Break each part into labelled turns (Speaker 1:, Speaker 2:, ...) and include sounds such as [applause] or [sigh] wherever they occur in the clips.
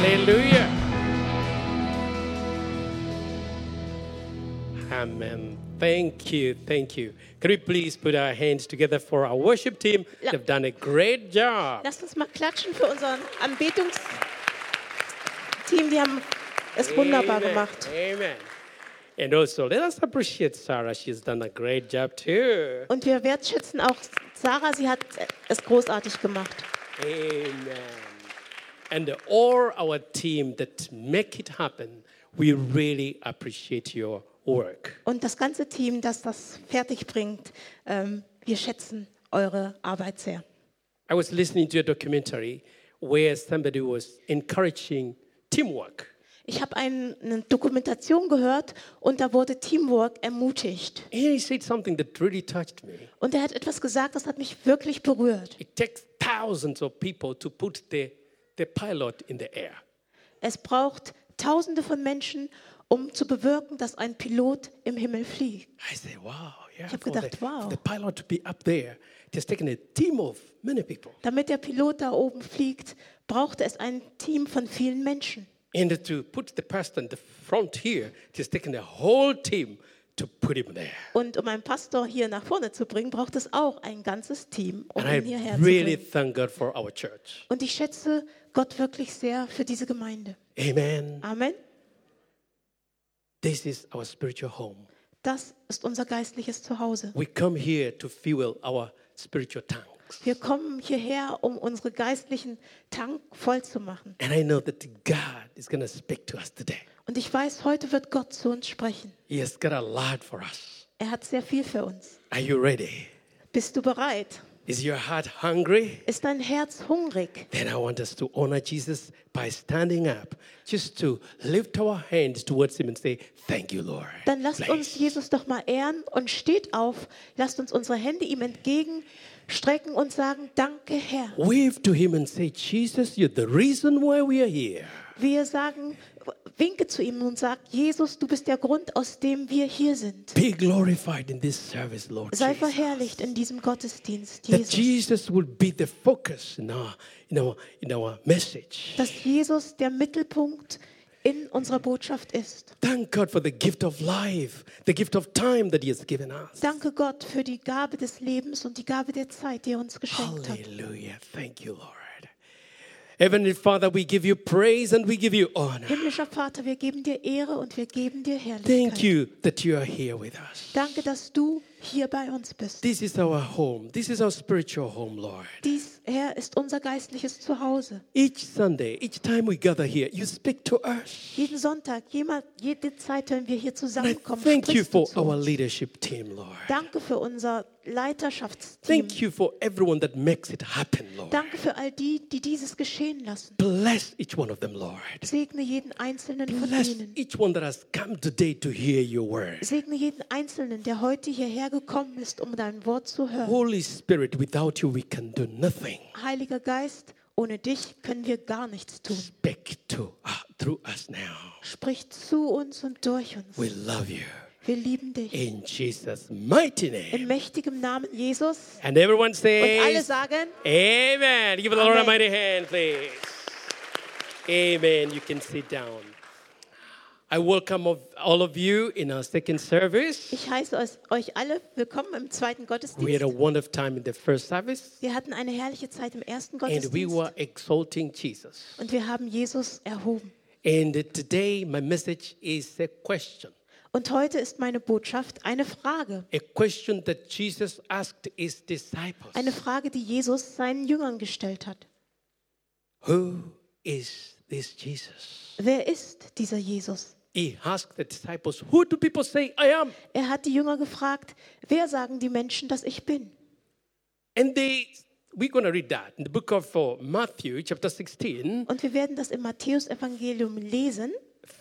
Speaker 1: Halleluja! Amen. Thank you. Thank you. Can we please put our hands together for our worship team?
Speaker 2: Ja.
Speaker 1: They've done a great job.
Speaker 2: Lasst uns mal klatschen für unseren Anbetungsteam. Die haben es wunderbar
Speaker 1: Amen.
Speaker 2: gemacht.
Speaker 1: Amen. And also, let us appreciate Sarah. She's done a great job too.
Speaker 2: Und wir wertschätzen auch Sarah, sie hat es großartig gemacht.
Speaker 1: Amen. And all our team that make it happen, we really appreciate your work.
Speaker 2: Und das ganze Team, das das fertig bringt, ähm, wir schätzen eure Arbeit sehr.
Speaker 1: I was listening to a documentary where somebody was encouraging teamwork.
Speaker 2: Ich habe ein, eine Dokumentation gehört und da wurde Teamwork ermutigt.
Speaker 1: And he said something that really touched me.
Speaker 2: Und er hat etwas gesagt, das hat mich wirklich berührt.
Speaker 1: It takes thousands of people to put the, the pilot in the air.
Speaker 2: Es braucht Tausende von Menschen, um zu bewirken, dass ein Pilot im Himmel fliegt.
Speaker 1: I said, wow. Yeah,
Speaker 2: Ich hab
Speaker 1: for
Speaker 2: gedacht,
Speaker 1: the,
Speaker 2: wow.
Speaker 1: for the pilot to be up there, it has taken a team of many people.
Speaker 2: Damit der Pilot da oben fliegt, brauchte es ein Team von vielen Menschen.
Speaker 1: And to put the person at the front here, it has taken a whole team to put him there.
Speaker 2: Und um einen Pastor hier nach vorne zu bringen, braucht es auch ein ganzes Team, um ihn
Speaker 1: And
Speaker 2: hierher
Speaker 1: I
Speaker 2: zu
Speaker 1: really
Speaker 2: bringen.
Speaker 1: thank God for our church.
Speaker 2: Und ich schätze Gott wirklich sehr für diese Gemeinde.
Speaker 1: Amen.
Speaker 2: Amen.
Speaker 1: This is our spiritual home.
Speaker 2: Das ist unser geistliches Zuhause.
Speaker 1: We come here to fuel our spiritual tanks.
Speaker 2: Wir kommen hierher, um unsere geistlichen Tank voll zu machen.
Speaker 1: And I know that God is going to speak to us today.
Speaker 2: Und ich weiß, heute wird Gott zu uns sprechen.
Speaker 1: He has got a lot for us.
Speaker 2: Er hat sehr viel für uns.
Speaker 1: Are you ready?
Speaker 2: Bist du bereit?
Speaker 1: Is your heart hungry?
Speaker 2: Ist dein Herz hungrig?
Speaker 1: Then I want us to honor Jesus by standing up, just to lift our hands towards Him and say, Thank you, Lord.
Speaker 2: Dann lasst uns
Speaker 1: Please.
Speaker 2: Jesus doch mal ehren und steht auf. Lasst uns unsere Hände ihm entgegenstrecken und sagen, danke Herr.
Speaker 1: Wave to Him and say, Jesus, you're the reason why we are here.
Speaker 2: Wir sagen, winke zu ihm und sag, Jesus, du bist der Grund, aus dem wir hier sind.
Speaker 1: Be glorified in this service, Lord.
Speaker 2: Sei
Speaker 1: Jesus.
Speaker 2: verherrlicht in diesem Gottesdienst,
Speaker 1: That
Speaker 2: Jesus.
Speaker 1: Jesus will be the focus in our, in our, in our message.
Speaker 2: Dass Jesus der Mittelpunkt in unserer Botschaft ist.
Speaker 1: Thank God for the gift of life, the gift of time that He has given us.
Speaker 2: Danke Gott für die Gabe des Lebens und die Gabe der Zeit, die er uns geschenkt hat.
Speaker 1: Hallelujah. Thank you, Lord. Heavenly Father, we give you praise and we give you honor.
Speaker 2: Himmlischer Vater, wir geben dir Ehre und wir geben dir
Speaker 1: Thank
Speaker 2: Herrlichkeit.
Speaker 1: you that you are here with us.
Speaker 2: Danke, dass du hier bei uns bist.
Speaker 1: This is our home. This is our spiritual home, Lord.
Speaker 2: Dies, Herr, ist unser geistliches Zuhause.
Speaker 1: Each Sunday, each time we gather here, you speak to us.
Speaker 2: Jeden Sonntag, jema- jede Zeit, wenn wir hier
Speaker 1: And I
Speaker 2: zusammenkommen,
Speaker 1: thank you
Speaker 2: sprichst
Speaker 1: for
Speaker 2: du zu
Speaker 1: our
Speaker 2: uns.
Speaker 1: leadership team, Lord.
Speaker 2: Danke für unser Leiterschaftsteam.
Speaker 1: Thank you for everyone that makes it happen, Lord.
Speaker 2: Danke für all die, die dieses geschehen lassen.
Speaker 1: Bless each one of them, Lord.
Speaker 2: Segne jeden Einzelnen von
Speaker 1: Bless
Speaker 2: ihnen.
Speaker 1: each one that has come today to hear your word.
Speaker 2: Segne jeden Einzelnen, der heute hierher gekommen ist, um dein Wort zu hören.
Speaker 1: Holy Spirit, without you, we can do nothing.
Speaker 2: Heiliger Geist, ohne dich können wir gar nichts tun.
Speaker 1: Speak to uh, through us now.
Speaker 2: Sprich zu uns und durch uns.
Speaker 1: We love you
Speaker 2: Wir lieben dich.
Speaker 1: in Jesus' mighty name.
Speaker 2: In mächtigem Namen Jesus.
Speaker 1: And everyone
Speaker 2: Und alle
Speaker 1: says,
Speaker 2: sagen,
Speaker 1: Amen. Give the Lord a
Speaker 2: Amen.
Speaker 1: mighty hand, please. Amen. You can sit down. I welcome of all of you in our second service.
Speaker 2: Ich heiße es- euch alle willkommen im zweiten
Speaker 1: We had a
Speaker 2: Gottesdienst.
Speaker 1: wonderful time in the first service,
Speaker 2: Wir hatten eine herrliche Zeit im ersten
Speaker 1: and we
Speaker 2: Gottesdienst
Speaker 1: were exalting Jesus.
Speaker 2: und wir haben Jesus erhoben.
Speaker 1: And today, my message is a question.
Speaker 2: Und heute ist meine Botschaft eine Frage.
Speaker 1: A question that Jesus asked his disciples
Speaker 2: Eine Frage, die Jesus seinen Jüngern gestellt hat.
Speaker 1: Who is this Jesus?
Speaker 2: Wer ist dieser Jesus?
Speaker 1: He asked the disciples, Who do people say I am?
Speaker 2: Er hat die Jünger gefragt, wer sagen die Menschen, dass ich bin?
Speaker 1: And they, we're going to read that in the book of uh, Matthew, chapter 16,
Speaker 2: Und wir werden das im Matthäusevangelium lesen,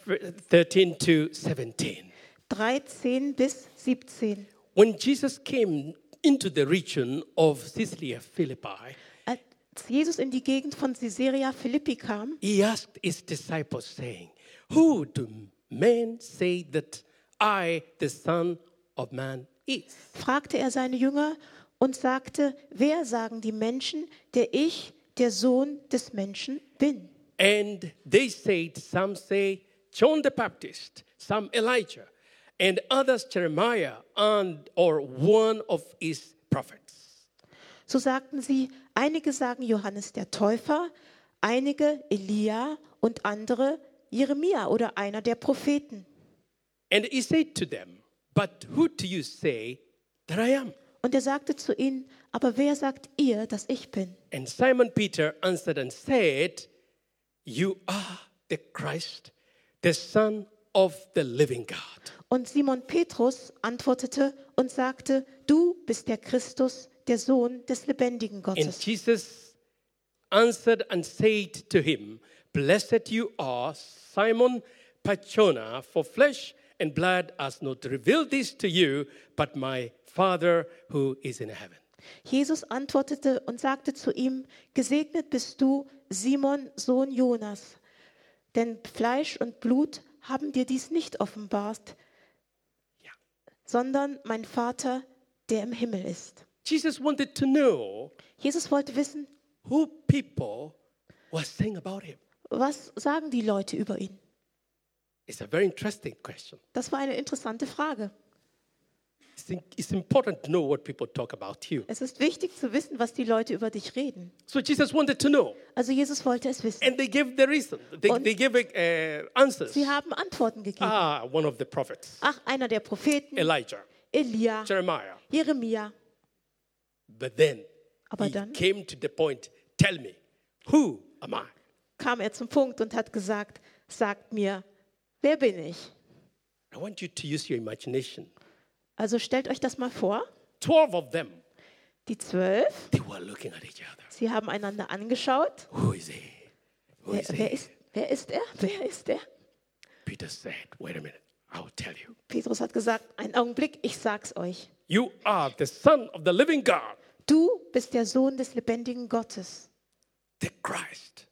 Speaker 1: f- 13 to 17.
Speaker 2: 13 bis 17.
Speaker 1: When Jesus came into the region of Sicilia, Philippi,
Speaker 2: Als Jesus in die Gegend von Caesarea Philippi kam,
Speaker 1: he asked his disciples, saying, Who do men say that I, the Son of Man, is?
Speaker 2: fragte er seine Jünger und sagte, wer sagen die Menschen, der ich, der Sohn des Menschen bin?
Speaker 1: And they said, some say John the Baptist, some Elijah, and others Jeremiah and or one of his prophets.
Speaker 2: So sagten sie, einige sagen Johannes der Täufer, einige Elia und andere Jeremia oder einer der Propheten.
Speaker 1: And he said to them, But who do you say that I am?
Speaker 2: Und er sagte zu ihnen, aber wer sagt ihr, dass ich bin?
Speaker 1: And Simon Peter answered and said, You are the Christ, the Son of the living God.
Speaker 2: Und Simon Petrus antwortete und sagte, du bist der Christus, der Sohn des lebendigen
Speaker 1: And
Speaker 2: Gottes.
Speaker 1: Jesus answered and said to him, Blessed you are, Simon Pachona, for flesh and blood has not revealed this to you, but my Father who is in heaven.
Speaker 2: Jesus antwortete und sagte zu ihm, gesegnet bist du, Simon, Sohn Jonas, denn Fleisch und Blut haben dir dies nicht offenbart,
Speaker 1: Ja.
Speaker 2: sondern mein Vater, der im Himmel ist.
Speaker 1: Jesus wanted to know
Speaker 2: Jesus wollte wissen,
Speaker 1: who people were saying about him.
Speaker 2: was sagen die Leute über ihn?
Speaker 1: It's a very interesting question.
Speaker 2: Das war eine interessante Frage.
Speaker 1: It's, in- it's important to know what people talk about you.
Speaker 2: Es ist wichtig zu wissen, was die Leute über dich reden.
Speaker 1: So Jesus wanted to know,
Speaker 2: Also Jesus wollte es wissen.
Speaker 1: and they gave the reason. They,
Speaker 2: Und-
Speaker 1: they gave uh, answers.
Speaker 2: Sie haben Antworten gegeben.
Speaker 1: Ah, one of the prophets,
Speaker 2: Ach, einer der Propheten,
Speaker 1: Elijah,
Speaker 2: Elia,
Speaker 1: Jeremiah.
Speaker 2: Jeremia.
Speaker 1: But then
Speaker 2: Aber
Speaker 1: he
Speaker 2: dann-
Speaker 1: came to the point. Tell me, who am I?
Speaker 2: Kam er zum Punkt und hat gesagt, sagt mir, wer bin ich?
Speaker 1: I want you to use your imagination.
Speaker 2: Also stellt euch das mal vor.
Speaker 1: Twelve of them,
Speaker 2: Die zwölf,
Speaker 1: they were looking at each other.
Speaker 2: sie haben einander angeschaut.
Speaker 1: Who is he? Who
Speaker 2: Wer,
Speaker 1: is
Speaker 2: wer,
Speaker 1: he?
Speaker 2: ist, wer ist er? Wer ist er?
Speaker 1: Peter said, "Wait a minute. I will tell you.
Speaker 2: Petrus hat gesagt, einen Augenblick, ich sag's euch.
Speaker 1: You are the Son of the Living God,
Speaker 2: Du bist der Sohn des lebendigen Gottes,
Speaker 1: the Christ."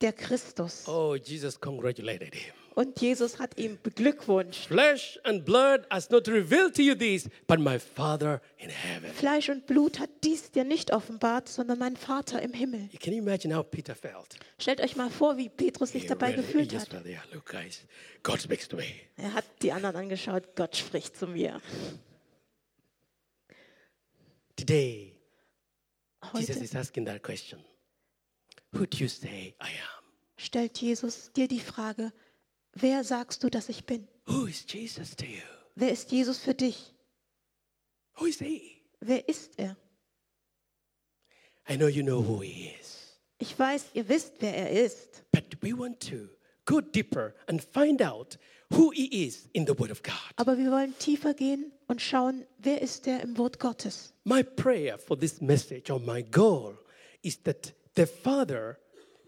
Speaker 2: der Christus.
Speaker 1: Oh, Jesus congratulated him.
Speaker 2: Und Jesus hat ihm beglückwünscht.
Speaker 1: Flesh and blood has not revealed to you this, but my Father in heaven.
Speaker 2: Fleisch und Blut hat dies dir nicht offenbart, sondern mein Vater im Himmel.
Speaker 1: Can you imagine how Peter felt?
Speaker 2: Stellt euch mal vor, wie Petrus sich dabei
Speaker 1: really-
Speaker 2: gefühlt
Speaker 1: just
Speaker 2: hat.
Speaker 1: felt, yeah, look, guys, God speaks to me.
Speaker 2: Er hat die anderen angeschaut, Gott spricht zu mir.
Speaker 1: Today, Jesus
Speaker 2: Heute
Speaker 1: is asking that question. Who do you say I am?
Speaker 2: stellt Jesus dir die Frage, wer sagst du, dass ich bin?
Speaker 1: Who is Jesus to you?
Speaker 2: Wer ist Jesus für dich?
Speaker 1: Who is he?
Speaker 2: Wer ist er?
Speaker 1: I know you know who he is,
Speaker 2: Ich weiß, ihr wisst, wer er ist.
Speaker 1: but we want to go deeper and find out who he is in the Word of God.
Speaker 2: Aber wir wollen tiefer gehen und schauen, wer ist er im Wort Gottes?
Speaker 1: My prayer for this message, or my goal, is that the Father,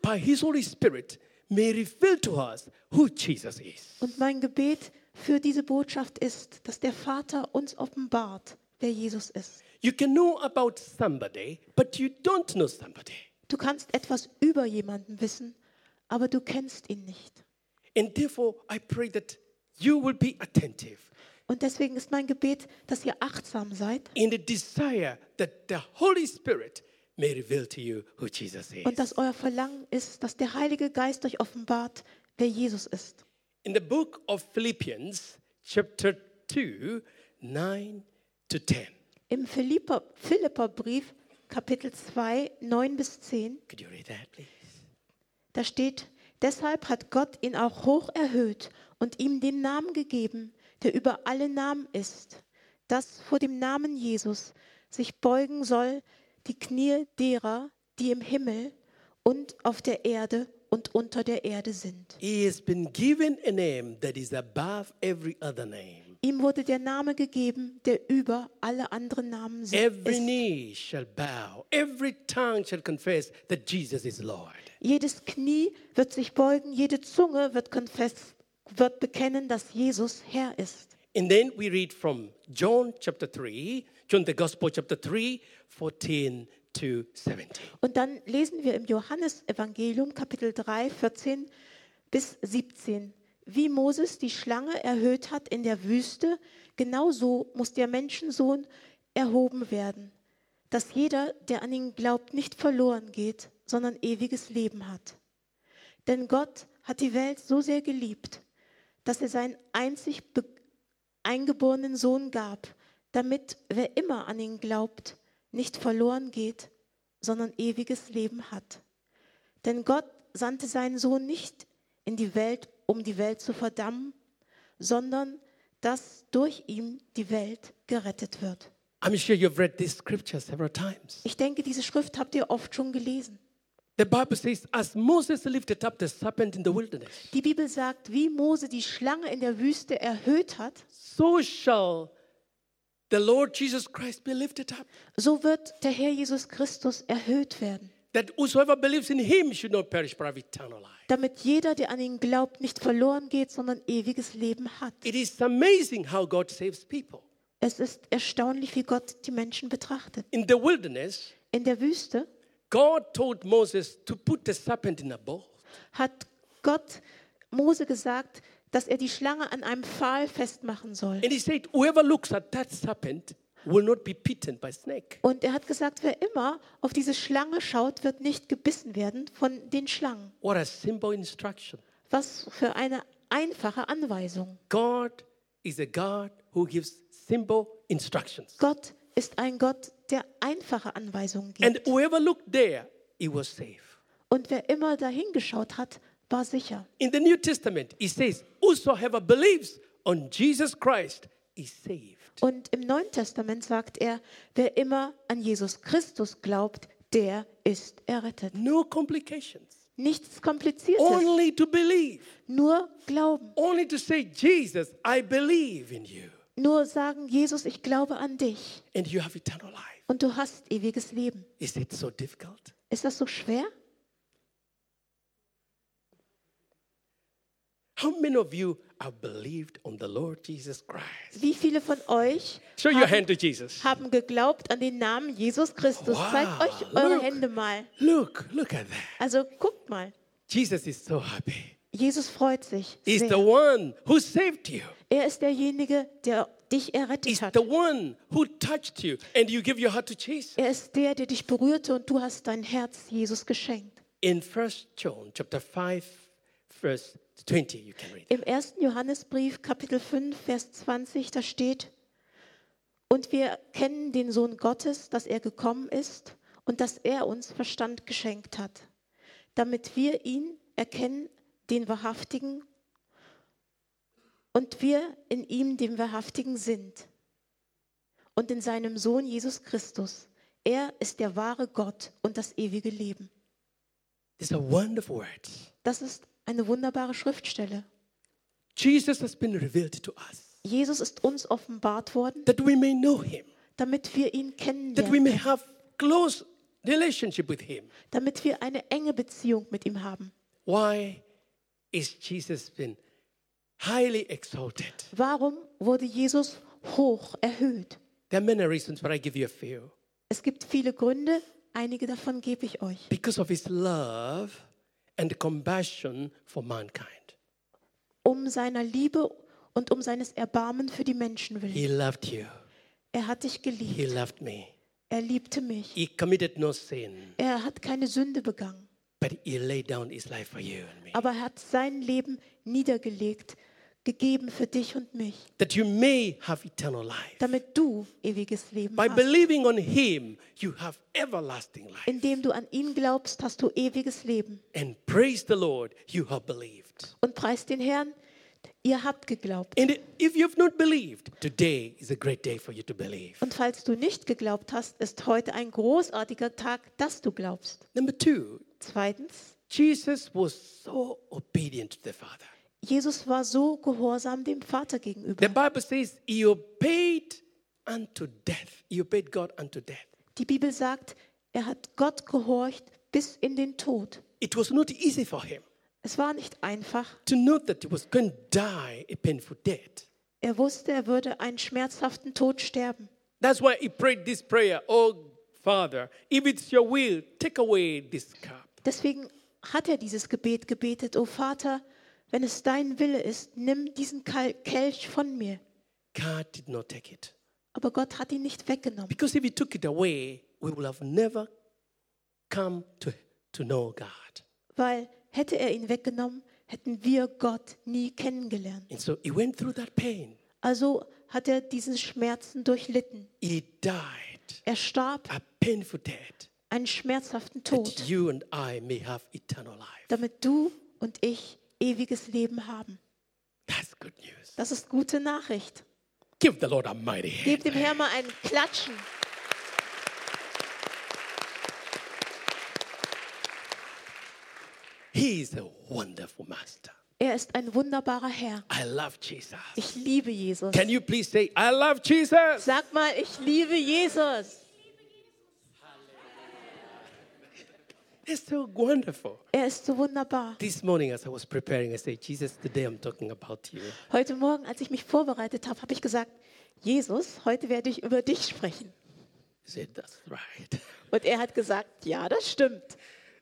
Speaker 1: by His Holy Spirit, may reveal to us who Jesus is.
Speaker 2: Und mein Gebet für diese Botschaft ist, dass der Vater uns offenbart, wer Jesus ist.
Speaker 1: You can know about somebody, but you don't know somebody.
Speaker 2: Du kannst etwas über jemanden wissen, aber du kennst ihn nicht.
Speaker 1: And therefore, I pray that you will be attentive
Speaker 2: Und deswegen ist mein Gebet, dass ihr achtsam seid
Speaker 1: in the desire that the Holy Spirit may reveal to you who Jesus is.
Speaker 2: und dass euer Verlangen ist, dass der Heilige Geist euch offenbart, wer Jesus ist.
Speaker 1: In the book of Philippians, chapter 2, 9 to 10.
Speaker 2: Im Philipper, Philipperbrief Kapitel 2, 9 bis 10
Speaker 1: Could you read that, please?
Speaker 2: Da steht, deshalb hat Gott ihn auch hoch erhöht und ihm den Namen gegeben, der über alle Namen ist, dass vor dem Namen Jesus sich beugen soll die Knie derer, die im Himmel und auf der Erde und unter der Erde sind.
Speaker 1: He has been given a name that is above every other name.
Speaker 2: Ihm wurde der Name gegeben, der über alle anderen Namen si-
Speaker 1: Every
Speaker 2: ist.
Speaker 1: knee shall bow, every tongue shall confess that Jesus is Lord.
Speaker 2: Jedes Knie wird sich beugen, jede Zunge wird, confess, wird bekennen, dass Jesus Herr ist.
Speaker 1: And then we read from John chapter 3, John the Gospel chapter 3, 14 to 17.
Speaker 2: Und dann lesen wir im Johannesevangelium Kapitel 3, 14 bis 17. Wie Moses die Schlange erhöht hat in der Wüste, genau so muss der Menschensohn erhoben werden, dass jeder, der an ihn glaubt, nicht verloren geht, sondern ewiges Leben hat. Denn Gott hat die Welt so sehr geliebt, dass er seinen einzig be- eingeborenen Sohn gab, damit wer immer an ihn glaubt, nicht verloren geht, sondern ewiges Leben hat. Denn Gott sandte seinen Sohn nicht in die Welt, um die Welt zu verdammen, sondern dass durch ihn die Welt gerettet wird.
Speaker 1: I'm sure you've read this scripture several times.
Speaker 2: Ich denke, diese Schrift habt ihr oft schon gelesen.
Speaker 1: The Bible says, as Moses lifted up the serpent in the wilderness,
Speaker 2: Die Bibel sagt, wie Mose die Schlange in der Wüste erhöht hat,
Speaker 1: so shall the Lord Jesus Christ be lifted up,
Speaker 2: so wird der Herr Jesus Christus erhöht werden,
Speaker 1: that whosoever believes in him should not perish but have eternal life.
Speaker 2: damit jeder, der an ihn glaubt, nicht verloren geht, sondern ewiges Leben hat.
Speaker 1: It is amazing how God saves people.
Speaker 2: Es ist erstaunlich, wie Gott die Menschen betrachtet.
Speaker 1: In the wilderness,
Speaker 2: In der Wüste
Speaker 1: God told Moses to put the serpent in a bowl.
Speaker 2: hat Gott Mose gesagt, dass er die Schlange an einem Pfahl festmachen soll.
Speaker 1: And he said, Whoever looks at that serpent will not be bitten by snake.
Speaker 2: Und er hat gesagt, wer immer auf diese Schlange schaut, wird nicht gebissen werden von den Schlangen.
Speaker 1: What a simple instruction.
Speaker 2: Was für eine einfache Anweisung.
Speaker 1: God is a God who gives simple instructions.
Speaker 2: Gott ist ein Gott, der einfache Anweisungen
Speaker 1: And
Speaker 2: gibt.
Speaker 1: whoever looked there, he was safe.
Speaker 2: Und wer immer dahin geschaut hat, war sicher.
Speaker 1: In the New Testament, it says, Whosoever believes on Jesus Christ is saved.
Speaker 2: Und im Neuen Testament sagt er, wer immer an Jesus Christus glaubt, der ist errettet.
Speaker 1: No complications.
Speaker 2: Nichts Kompliziertes,
Speaker 1: Only to believe.
Speaker 2: nur glauben.
Speaker 1: Only to say, Jesus, I believe in you.
Speaker 2: Nur sagen, Jesus, ich glaube an dich
Speaker 1: And you have eternal life.
Speaker 2: und du hast ewiges Leben.
Speaker 1: Is it so difficult?
Speaker 2: Ist das so schwer?
Speaker 1: How many of you have believed on the Lord Jesus Christ?
Speaker 2: Wie viele von euch
Speaker 1: Show your hand to Jesus.
Speaker 2: haben geglaubt an den Namen Jesus Christus?
Speaker 1: Wow,
Speaker 2: Zeigt euch eure
Speaker 1: look.
Speaker 2: Hände mal.
Speaker 1: Look, look at that.
Speaker 2: Also guckt mal.
Speaker 1: Jesus is so happy.
Speaker 2: Jesus freut sich.
Speaker 1: He's
Speaker 2: Sehr.
Speaker 1: the one who saved you.
Speaker 2: Er ist derjenige, der dich
Speaker 1: He's
Speaker 2: errettet hat.
Speaker 1: the one who touched you and you give your heart to Jesus.
Speaker 2: Er ist der, der dich berührte und du hast dein Herz Jesus geschenkt.
Speaker 1: In 1 John chapter 5 verse 20 you can read.
Speaker 2: Im 1. Johannesbrief, Kapitel 5, Vers 20, da steht, und wir kennen den Sohn Gottes, dass er gekommen ist und dass er uns Verstand geschenkt hat, damit wir ihn erkennen, den Wahrhaftigen, und wir in ihm dem Wahrhaftigen sind und in seinem Sohn Jesus Christus. Er ist der wahre Gott und das ewige Leben.
Speaker 1: These are wonderful words.
Speaker 2: Das ist eine wunderbare Schriftstelle.
Speaker 1: Jesus has been revealed to us
Speaker 2: Jesus ist uns offenbart worden,
Speaker 1: that we may know him,
Speaker 2: damit wir ihn
Speaker 1: that we
Speaker 2: kennenlernen,
Speaker 1: may have close relationship with him.
Speaker 2: damit wir eine enge Beziehung mit ihm haben.
Speaker 1: Why is Jesus been highly exalted?
Speaker 2: Warum wurde Jesus hoch erhöht?
Speaker 1: There are many reasons, but I give you a few.
Speaker 2: Es gibt viele Gründe, einige davon gebe ich euch.
Speaker 1: Because of his love and compassion for mankind.
Speaker 2: Um seiner Liebe und um seines Erbarmen für die Menschen willen.
Speaker 1: He loved you.
Speaker 2: Er hat dich
Speaker 1: He
Speaker 2: geliebt.
Speaker 1: loved me.
Speaker 2: Er liebte mich.
Speaker 1: He committed no sin,
Speaker 2: Er hat keine Sünde begangen,
Speaker 1: but he laid down his life for you and me.
Speaker 2: aber er hat sein Leben niedergelegt, gegeben für dich und mich,
Speaker 1: That you may have eternal life.
Speaker 2: damit du ewiges Leben
Speaker 1: By
Speaker 2: hast.
Speaker 1: believing on him, you have everlasting life.
Speaker 2: Indem du an ihn glaubst, hast du ewiges Leben.
Speaker 1: And praise the Lord, you have believed.
Speaker 2: Und preist den Herrn, ihr habt geglaubt.
Speaker 1: And if you've not believed, today is a great day for you to believe.
Speaker 2: Und falls du nicht geglaubt hast, ist heute ein großartiger Tag, dass du glaubst.
Speaker 1: Number two,
Speaker 2: Zweitens,
Speaker 1: Jesus was so obedient to the Father.
Speaker 2: Jesus war so gehorsam dem Vater
Speaker 1: The
Speaker 2: gegenüber.
Speaker 1: Bible says he obeyed unto death. He obeyed God unto death.
Speaker 2: Die Bibel sagt, er hat Gott gehorcht bis in den Tod.
Speaker 1: It was not easy for him
Speaker 2: Es war nicht einfach.
Speaker 1: to know that he was going to die a painful death.
Speaker 2: Er wusste, er würde einen schmerzhaften Tod sterben.
Speaker 1: That's why he prayed this prayer Oh, Father, if it's your will, take away this cup.
Speaker 2: Deswegen hat er dieses Gebet gebetet, O Vater, wenn es dein Wille ist, nimm diesen Kal- Kelch von mir.
Speaker 1: God did not take it.
Speaker 2: Aber Gott hat ihn nicht weggenommen.
Speaker 1: Because if he took it away, we would have never come to, to know God.
Speaker 2: Weil Hätte er ihn weggenommen, hätten wir Gott nie kennengelernt.
Speaker 1: And so he went through that pain.
Speaker 2: Also hat er diesen Schmerzen durchlitten.
Speaker 1: He died
Speaker 2: Er starb
Speaker 1: a painful death
Speaker 2: einen schmerzhaften
Speaker 1: that
Speaker 2: Tod,
Speaker 1: you and I may have eternal life.
Speaker 2: damit du und ich ewiges Leben haben.
Speaker 1: That's good news.
Speaker 2: Das ist gute Nachricht.
Speaker 1: Give the Lord a mighty hand.
Speaker 2: Gebt dem Herrn mal einen Klatschen.
Speaker 1: He is a wonderful master.
Speaker 2: Er ist ein wunderbarer Herr.
Speaker 1: I love Jesus.
Speaker 2: Ich liebe Jesus.
Speaker 1: Can you please say, I love Jesus?
Speaker 2: Sag mal, ich liebe Jesus.
Speaker 1: It's so wonderful.
Speaker 2: Er ist so wunderbar.
Speaker 1: This morning, as I was preparing, I said, Jesus, today I'm talking about you.
Speaker 2: Heute Morgen, als ich mich vorbereitet habe, habe ich gesagt, Jesus, heute werde ich über dich sprechen.
Speaker 1: He said, That's right. [laughs]
Speaker 2: Und er hat gesagt, ja, das stimmt.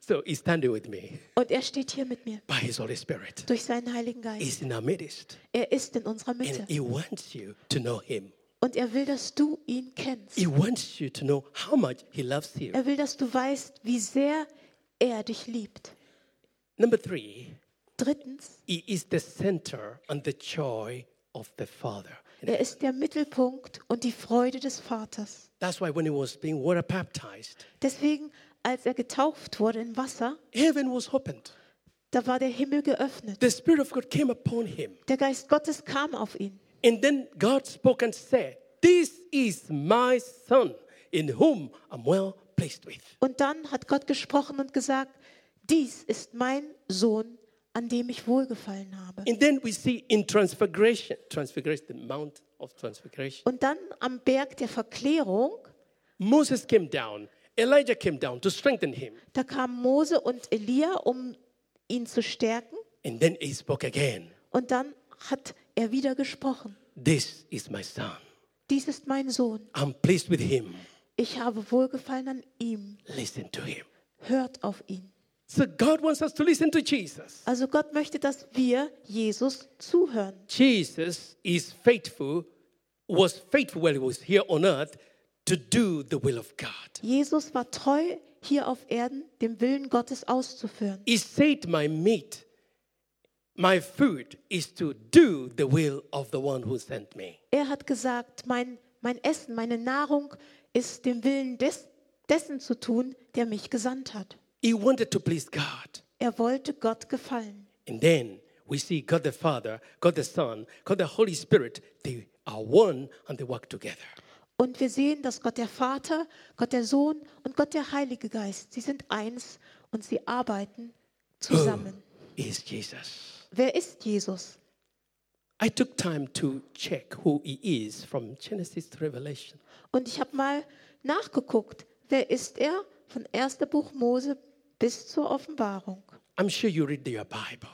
Speaker 1: So he's standing with me
Speaker 2: Und er steht hier mit mir
Speaker 1: by his Holy Spirit.
Speaker 2: durch seinen Heiligen Geist.
Speaker 1: He's in our midst.
Speaker 2: Er ist in unserer
Speaker 1: And
Speaker 2: Mitte.
Speaker 1: he wants you to know him.
Speaker 2: Und er will, dass du ihn kennst.
Speaker 1: He wants you to know how much he loves you.
Speaker 2: Er will, dass du weißt, wie sehr er dich liebt.
Speaker 1: Number three,
Speaker 2: Drittens,
Speaker 1: he is the center and the joy of the Father. And
Speaker 2: er ist der Mittelpunkt und die Freude des Vaters.
Speaker 1: that's why when he was being water baptized,
Speaker 2: Deswegen, als er getauft wurde im Wasser,
Speaker 1: heaven was opened.
Speaker 2: da war der Himmel geöffnet.
Speaker 1: The Spirit of God came upon him.
Speaker 2: Der Geist Gottes kam auf ihn.
Speaker 1: And then God spoke and said, This is my Son in whom I'm well pleased with.
Speaker 2: Und dann hat Gott gesprochen und gesagt, dies ist mein Sohn, an dem ich wohlgefallen habe.
Speaker 1: And then we see in Transfiguration, Transfiguration, the Mount of Transfiguration,
Speaker 2: Und dann am Berg der Verklärung,
Speaker 1: Moses came down, Elijah came down to strengthen him.
Speaker 2: da kamen Mose und Elia, um ihn zu stärken.
Speaker 1: And then he spoke again,
Speaker 2: Und dann hat er wieder gesprochen.
Speaker 1: This is my Son.
Speaker 2: Dies ist mein Sohn.
Speaker 1: I'm pleased with him.
Speaker 2: Ich habe Wohlgefallen an ihm.
Speaker 1: Listen to him.
Speaker 2: Hört auf ihn.
Speaker 1: So God wants us to listen to Jesus.
Speaker 2: Also Gott möchte, dass wir Jesus zuhören.
Speaker 1: Jesus is faithful, was faithful while he was here on earth to do the will of God.
Speaker 2: Jesus war treu, hier auf Erden dem Willen Gottes auszuführen.
Speaker 1: He said, My meat, my food is to do the will of the one who sent me.
Speaker 2: Er hat gesagt, mein, mein Essen, meine Nahrung ist dem Willen des, dessen zu tun, der mich gesandt hat.
Speaker 1: He wanted to please God.
Speaker 2: Er wollte Gott gefallen.
Speaker 1: And then we see God the Father, God the Son, God the Holy Spirit, they are one and they work together.
Speaker 2: Und wir sehen, dass Gott der Vater, Gott der Sohn und Gott der Heilige Geist, sie sind eins und sie arbeiten zusammen.
Speaker 1: Is Jesus.
Speaker 2: Wer ist Jesus?
Speaker 1: I took time to check who he is from Genesis to Revelation.
Speaker 2: Und ich habe mal nachgeguckt, wer ist er von 1. Buch Mose bis zur Offenbarung.
Speaker 1: I'm sure you read your Bible.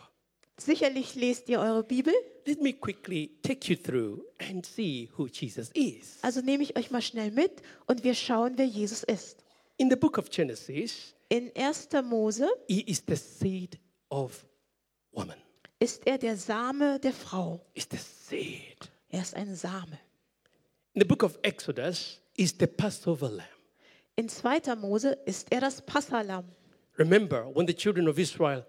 Speaker 2: Sicherlich lest ihr eure Bibel,
Speaker 1: Let me quickly take you through and see who Jesus is.
Speaker 2: also nehme ich euch mal schnell mit und wir schauen, wer Jesus ist.
Speaker 1: In the book of Genesis,
Speaker 2: In 1. Mose
Speaker 1: He is the seed of woman.
Speaker 2: ist er der Same der Frau.
Speaker 1: Is the seed.
Speaker 2: Er ist ein Same.
Speaker 1: In the book of Exodus is the Passover lamb.
Speaker 2: In 2. Mose ist er das Passalam.
Speaker 1: Remember when the children of Israel,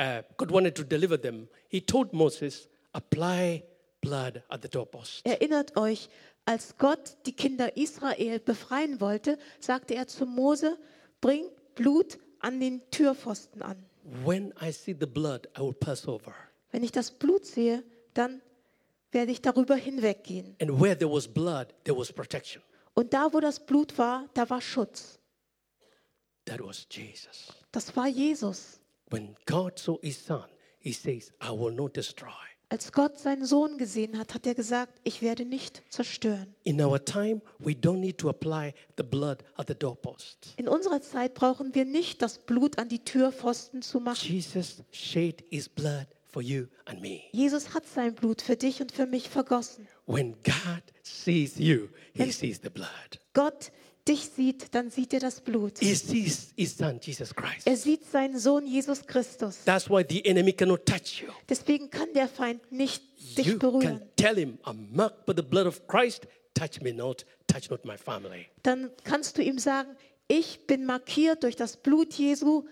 Speaker 1: uh, God wanted to deliver them, He told Moses, apply blood at the doorpost.
Speaker 2: Erinnert euch, als Gott die Kinder Israel befreien wollte, sagte er zu Mose, bringt Blut an den Türpfosten an.
Speaker 1: When I see the blood, I will pass over.
Speaker 2: Wenn ich das Blut sehe, dann werde ich darüber hinweggehen.
Speaker 1: And where there was blood, there was protection.
Speaker 2: Und da, wo das Blut war, da war Schutz.
Speaker 1: That was Jesus.
Speaker 2: Das war Jesus.
Speaker 1: When God saw His Son, He says, I will not destroy.
Speaker 2: Als Gott seinen Sohn gesehen hat, hat er gesagt, ich werde nicht zerstören.
Speaker 1: In our time, we don't need to apply the blood at the doorpost.
Speaker 2: In unserer Zeit brauchen wir nicht das Blut an die Türpfosten zu machen.
Speaker 1: Jesus shed his blood for you and me.
Speaker 2: Jesus hat sein Blut für dich und für mich vergossen.
Speaker 1: When God sees you, he sees the blood.
Speaker 2: Gott dich sieht, dann sieht er das Blut.
Speaker 1: He sees his son, Jesus Christ.
Speaker 2: Er sieht seinen Sohn Jesus Christus.
Speaker 1: That's why the enemy cannot touch you.
Speaker 2: Deswegen kann der Feind nicht dich
Speaker 1: You can
Speaker 2: berühren.
Speaker 1: tell him, I'm marked by the blood of Christ. Touch me not, touch not my family.
Speaker 2: Dann kannst du ihm sagen, ich bin markiert durch das Blut Jesu,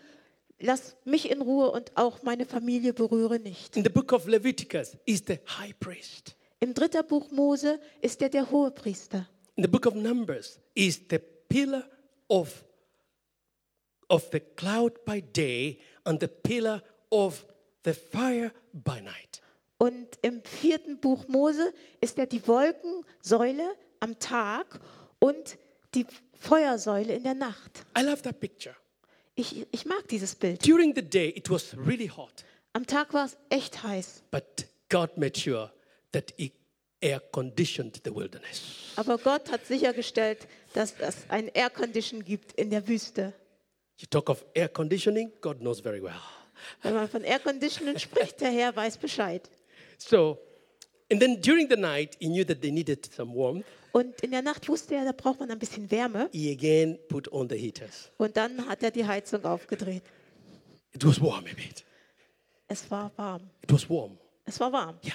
Speaker 2: Lass mich in Ruhe und auch meine Familie berühre nicht.
Speaker 1: In the book of Leviticus is the high priest.
Speaker 2: Im dritten Buch Mose ist er der Hohepriester.
Speaker 1: In the book of Numbers is the pillar of, of the cloud by day and the pillar of the fire by night.
Speaker 2: Und im vierten Buch Mose ist er die Wolkensäule am Tag und die Feuersäule in der Nacht.
Speaker 1: I love that picture.
Speaker 2: Ich, ich mag dieses Bild.
Speaker 1: During the day, it was really hot,
Speaker 2: Am Tag war es echt heiß,
Speaker 1: but God made sure that He air conditioned the wilderness.
Speaker 2: aber Gott hat sichergestellt, dass es ein Air Condition gibt in der Wüste.
Speaker 1: You talk of air conditioning, God knows very well.
Speaker 2: Wenn man von Air Conditioning spricht, der Herr weiß Bescheid.
Speaker 1: So, and then during the night, He knew that they needed some warmth.
Speaker 2: Und in der Nacht wusste er, da braucht man ein bisschen Wärme.
Speaker 1: He again put on the heaters.
Speaker 2: Und dann hat er die Heizung aufgedreht.
Speaker 1: It was warm a bit.
Speaker 2: Es war warm.
Speaker 1: It was warm.
Speaker 2: Es war warm.
Speaker 1: Yeah.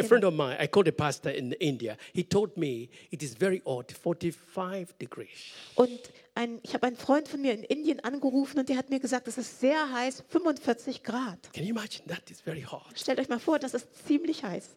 Speaker 1: A friend of mine, I called a pastor in India. He told me it is very odd, 45 degrees.
Speaker 2: Und ein, ich habe einen Freund von mir in Indien angerufen und der hat mir gesagt, es ist sehr heiß, 45 Grad.
Speaker 1: Can you imagine that? It's very hot.
Speaker 2: Stellt euch mal vor, das ist ziemlich heiß.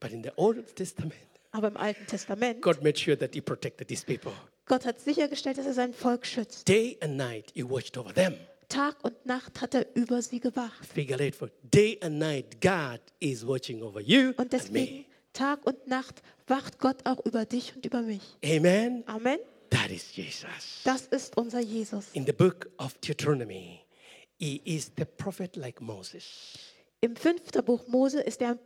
Speaker 1: But in the Old Testament,
Speaker 2: Aber im Alten Testament,
Speaker 1: God made sure that He protected His people.
Speaker 2: Gott hat sichergestellt, dass er sein Volk schützt.
Speaker 1: Day and night, He watched over them.
Speaker 2: Tag und Nacht hat er über sie gewacht.
Speaker 1: Figure eight for day and night, God is watching over you
Speaker 2: Und
Speaker 1: and
Speaker 2: deswegen,
Speaker 1: me.
Speaker 2: Tag und Nacht wacht Gott auch über dich und über mich.
Speaker 1: Amen.
Speaker 2: Amen.
Speaker 1: That is Jesus.
Speaker 2: Das ist unser Jesus.
Speaker 1: In the book of Deuteronomy, He is the prophet like Moses.
Speaker 2: Im fünften Buch Mose ist er,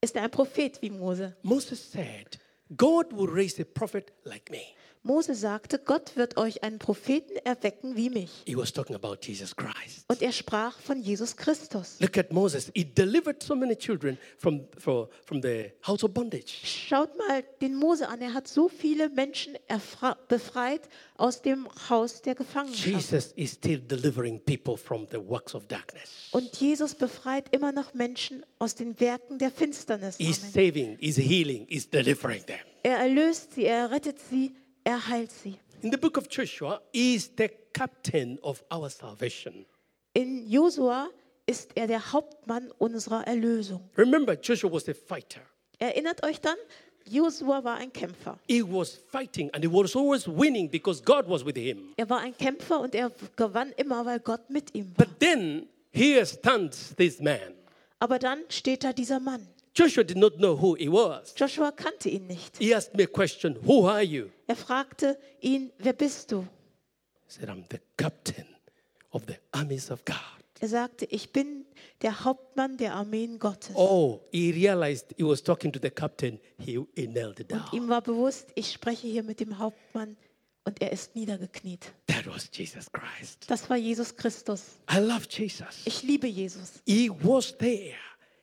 Speaker 2: ist er ein Prophet wie Mose.
Speaker 1: Moses said, God will raise a prophet like me.
Speaker 2: Mose sagte, Gott wird euch einen Propheten erwecken wie mich.
Speaker 1: He was talking about Jesus Christ.
Speaker 2: Und er sprach von Jesus Christus.
Speaker 1: Look at Moses. He delivered so many children from, for, from the house of bondage.
Speaker 2: Schaut mal den Mose an, er hat so viele Menschen erfra- befreit aus dem Haus der Gefangenschaft.
Speaker 1: Jesus is still delivering people from the works of darkness.
Speaker 2: Und Jesus befreit immer noch Menschen aus den Werken der Finsternis.
Speaker 1: He's
Speaker 2: Amen.
Speaker 1: saving, he's healing, he's delivering them.
Speaker 2: Er erlöst sie, er rettet sie, er heilt sie.
Speaker 1: In the book of Joshua, he is the captain of our salvation.
Speaker 2: In Josua ist er der Hauptmann unserer Erlösung.
Speaker 1: Remember, Joshua was a fighter.
Speaker 2: Erinnert euch dann, Josua war ein Kämpfer.
Speaker 1: He was fighting and he was always winning because God was with him.
Speaker 2: Er war ein Kämpfer und er gewann immer, weil Gott mit ihm war.
Speaker 1: But then here stands this man.
Speaker 2: Aber dann steht da dieser Mann.
Speaker 1: Joshua did not know who he was.
Speaker 2: Joshua kannte ihn nicht.
Speaker 1: He asked me a question Who are you?
Speaker 2: Er fragte ihn, wer bist du?
Speaker 1: I said, I'm the captain of the armies of God.
Speaker 2: Er sagte, ich bin der Hauptmann der Armeen Gottes.
Speaker 1: Oh, he realized he was talking to the captain. He, he knelt down.
Speaker 2: Ihm war bewusst, ich spreche hier mit dem Hauptmann und er ist niedergekniet.
Speaker 1: That was Jesus Christ.
Speaker 2: Das war Jesus Christus.
Speaker 1: I love Jesus.
Speaker 2: Ich liebe Jesus.
Speaker 1: He was there.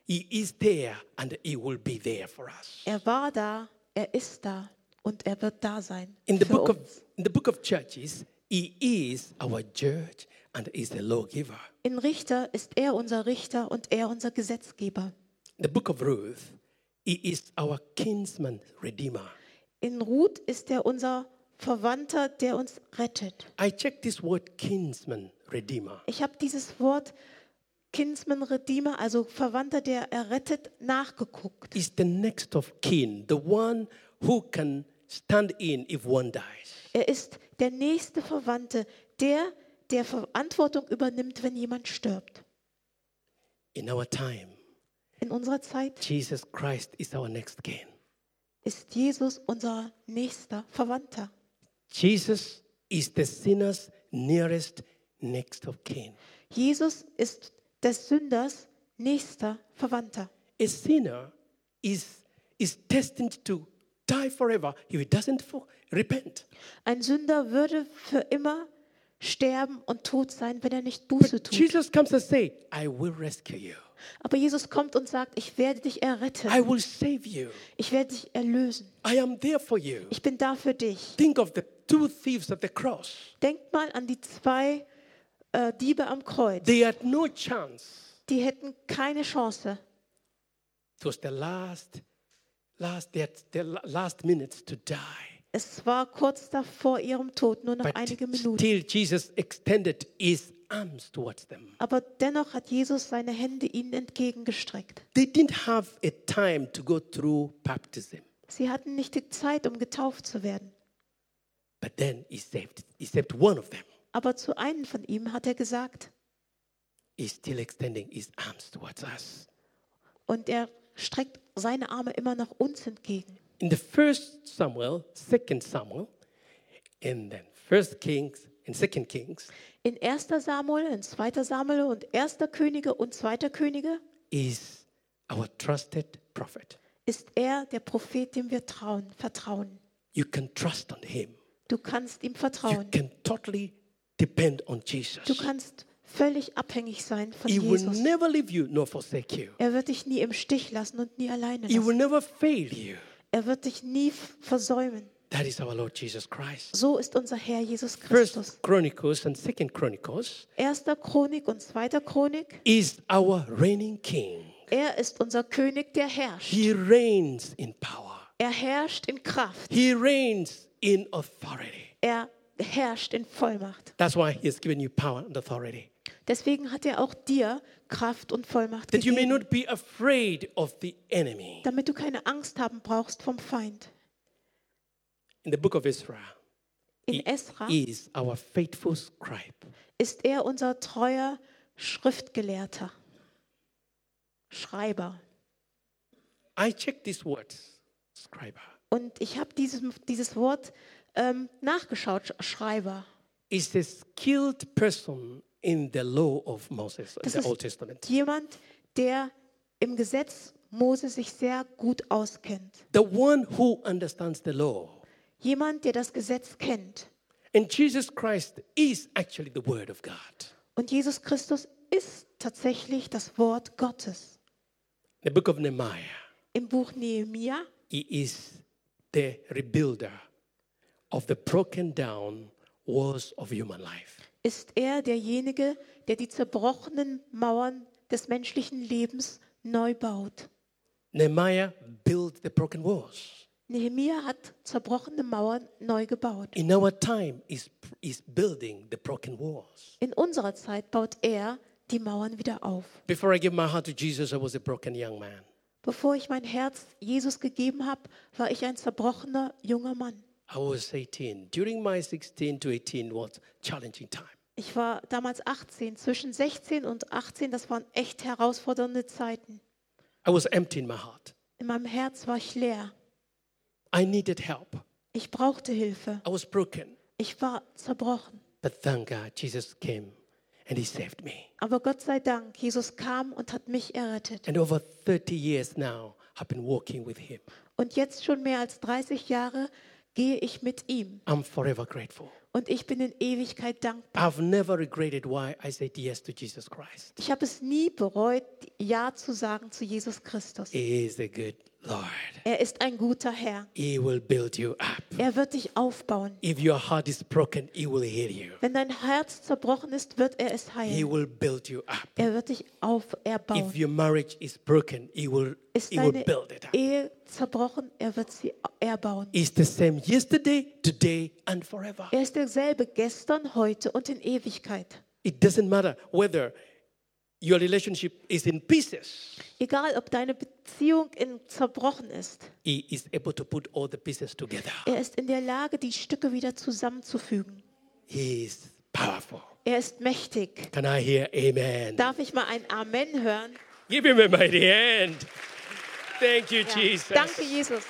Speaker 1: He is there and he will be there for us.
Speaker 2: Er war da, er ist da und er wird da sein.
Speaker 1: In the
Speaker 2: für
Speaker 1: book of
Speaker 2: uns.
Speaker 1: in the book of Judges, he is our judge and is the lawgiver.
Speaker 2: In Richter ist er unser Richter und er unser Gesetzgeber.
Speaker 1: In the book of Ruth, he is our kinsman redeemer.
Speaker 2: In Ruth ist er unser Verwandter, der uns rettet.
Speaker 1: I checked this word kinsman redeemer.
Speaker 2: Ich habe dieses Wort Kinsman Redeemer, also Verwandter, der errettet, nachgeguckt.
Speaker 1: Is the next of kin, the one who can stand in if one dies.
Speaker 2: Er ist der nächste Verwandte, der, der Verantwortung übernimmt, wenn jemand stirbt.
Speaker 1: In our time,
Speaker 2: In unserer Zeit
Speaker 1: Jesus Christ is our next kin.
Speaker 2: ist Jesus unser nächster Verwandter.
Speaker 1: Jesus is the sinner's nearest next of kin.
Speaker 2: Jesus ist des Sünders nächster Verwandter.
Speaker 1: A sinner is, is destined to die forever if he doesn't fo- repent.
Speaker 2: Ein Sünder würde für immer sterben und tot sein, wenn er nicht Buße tut.
Speaker 1: Jesus comes and say, I will rescue you.
Speaker 2: Aber Jesus kommt und sagt, ich werde dich erretten,
Speaker 1: I will save you.
Speaker 2: ich werde dich erlösen,
Speaker 1: I am there for you.
Speaker 2: ich bin da für dich.
Speaker 1: Think of the two thieves at the cross.
Speaker 2: Denkt mal an die zwei äh, Diebe am Kreuz.
Speaker 1: They had no chance.
Speaker 2: Die hätten keine Chance.
Speaker 1: It was the last, last, their, their la- last minutes to die.
Speaker 2: Es war kurz davor ihrem Tod, nur noch
Speaker 1: But
Speaker 2: einige Minuten.
Speaker 1: still, Jesus extended his arms towards them.
Speaker 2: Aber dennoch hat Jesus seine Hände ihnen entgegengestreckt.
Speaker 1: They didn't have a time to go through baptism,
Speaker 2: Sie hatten nicht die Zeit, um getauft zu werden.
Speaker 1: but then he saved, he saved one of them.
Speaker 2: Aber zu einem von ihm hat er gesagt,
Speaker 1: He's still extending his arms towards us.
Speaker 2: und er streckt seine Arme immer noch uns entgegen.
Speaker 1: In the first Samuel, second Samuel, and then first Kings and second Kings,
Speaker 2: In 1. Samuel, in 2. Samuel und 1. Könige und 2. Könige
Speaker 1: is our trusted prophet.
Speaker 2: ist er der Prophet, dem wir trauen, vertrauen.
Speaker 1: You can trust on him.
Speaker 2: Du kannst ihm
Speaker 1: You
Speaker 2: vertrauen.
Speaker 1: can totally depend on Jesus.
Speaker 2: Du kannst völlig abhängig sein von
Speaker 1: He will
Speaker 2: Jesus.
Speaker 1: never leave you nor forsake you.
Speaker 2: Er wird dich nie im Stich lassen und nie alleine
Speaker 1: He
Speaker 2: lassen.
Speaker 1: will never fail you.
Speaker 2: Er wird dich nie f- versäumen.
Speaker 1: That is our Lord Jesus Christ.
Speaker 2: So ist unser Herr Jesus Christus.
Speaker 1: First Chronicles and Second Chronicles
Speaker 2: Erster Chronik und zweiter Chronik.
Speaker 1: is our reigning king.
Speaker 2: Er ist unser König, der herrscht.
Speaker 1: He reigns in power.
Speaker 2: Er herrscht in Kraft.
Speaker 1: He reigns in authority.
Speaker 2: Er herrscht in Vollmacht.
Speaker 1: That's why he has given you power and authority.
Speaker 2: Deswegen hat er auch dir Kraft und Vollmacht
Speaker 1: That you may
Speaker 2: gegeben,
Speaker 1: not be afraid of the enemy.
Speaker 2: damit du keine Angst haben brauchst vom Feind.
Speaker 1: In the book of Israel
Speaker 2: In Esra
Speaker 1: is our faithful scribe.
Speaker 2: ist er unser treuer Schriftgelehrter, Schreiber.
Speaker 1: I checked these words, scribe.
Speaker 2: Und ich habe dieses, dieses Wort ähm, nachgeschaut, Sch- Schreiber.
Speaker 1: Is a skilled person in the law of Moses, in
Speaker 2: Das
Speaker 1: the
Speaker 2: ist
Speaker 1: Old Testament.
Speaker 2: jemand, der im Gesetz Mose sich sehr gut auskennt.
Speaker 1: The one who understands the law.
Speaker 2: Jemand, der das Gesetz kennt.
Speaker 1: And Jesus Christ is actually the Word of God.
Speaker 2: Und Jesus Christus ist tatsächlich das Wort Gottes.
Speaker 1: The book of Nehemiah,
Speaker 2: Im Buch Nehemia
Speaker 1: he is the rebuilder of the broken down walls of human life.
Speaker 2: ist er derjenige, der die zerbrochenen Mauern des menschlichen Lebens neu baut.
Speaker 1: Nehemiah built the broken walls.
Speaker 2: Nehemia hat zerbrochene Mauern neu gebaut.
Speaker 1: In our time, is is building the broken walls.
Speaker 2: In unserer Zeit baut er die Mauern wieder auf.
Speaker 1: Before I gave my heart to Jesus, I was a broken young man.
Speaker 2: Bevor ich mein Herz Jesus gegeben habe, war ich ein zerbrochener junger Mann.
Speaker 1: I was 18. During my 16 to 18 was challenging time.
Speaker 2: Ich war damals 18, zwischen 16 und 18, das waren echt herausfordernde Zeiten.
Speaker 1: I was empty in my heart.
Speaker 2: In meinem Herz war ich leer.
Speaker 1: I needed help.
Speaker 2: Ich brauchte Hilfe.
Speaker 1: I was broken.
Speaker 2: Ich war zerbrochen.
Speaker 1: But thank God, Jesus came and He saved me.
Speaker 2: Aber Gott sei Dank, Jesus kam und hat mich errettet.
Speaker 1: And over 30 years now, I've been walking with Him.
Speaker 2: Und jetzt schon mehr als 30 Jahre gehe ich mit ihm.
Speaker 1: I'm forever grateful.
Speaker 2: Und ich bin in Ewigkeit dankbar.
Speaker 1: I've never regretted why I said yes to Jesus Christ.
Speaker 2: Ich habe es nie bereut, Ja zu sagen zu Jesus Christus.
Speaker 1: He is a good Lord.
Speaker 2: Er ist ein guter Herr.
Speaker 1: He will build you up.
Speaker 2: Er wird dich aufbauen.
Speaker 1: If your heart is broken, He will heal you.
Speaker 2: Wenn dein Herz zerbrochen ist, wird er es
Speaker 1: He
Speaker 2: heilen.
Speaker 1: will build you up.
Speaker 2: Er wird dich auferbauen.
Speaker 1: If your marriage is broken, He will,
Speaker 2: Ist
Speaker 1: he will
Speaker 2: deine
Speaker 1: build Oh. it up.
Speaker 2: Ehe zerbrochen, er wird sie erbauen.
Speaker 1: It's the same yesterday, today, and forever.
Speaker 2: Er ist derselbe gestern, heute und in Ewigkeit.
Speaker 1: It doesn't matter whether your relationship is in pieces.
Speaker 2: Egal, ob deine Beziehung in zerbrochen ist,
Speaker 1: He is able to put all the pieces together.
Speaker 2: er ist in der Lage, die Stücke wieder zusammenzufügen.
Speaker 1: He is powerful.
Speaker 2: Er ist mächtig.
Speaker 1: Can I hear amen?
Speaker 2: Darf ich mal ein Amen hören?
Speaker 1: Give him a mighty hand. Thank you,
Speaker 2: Ja.
Speaker 1: Jesus.
Speaker 2: Danke, Jesus.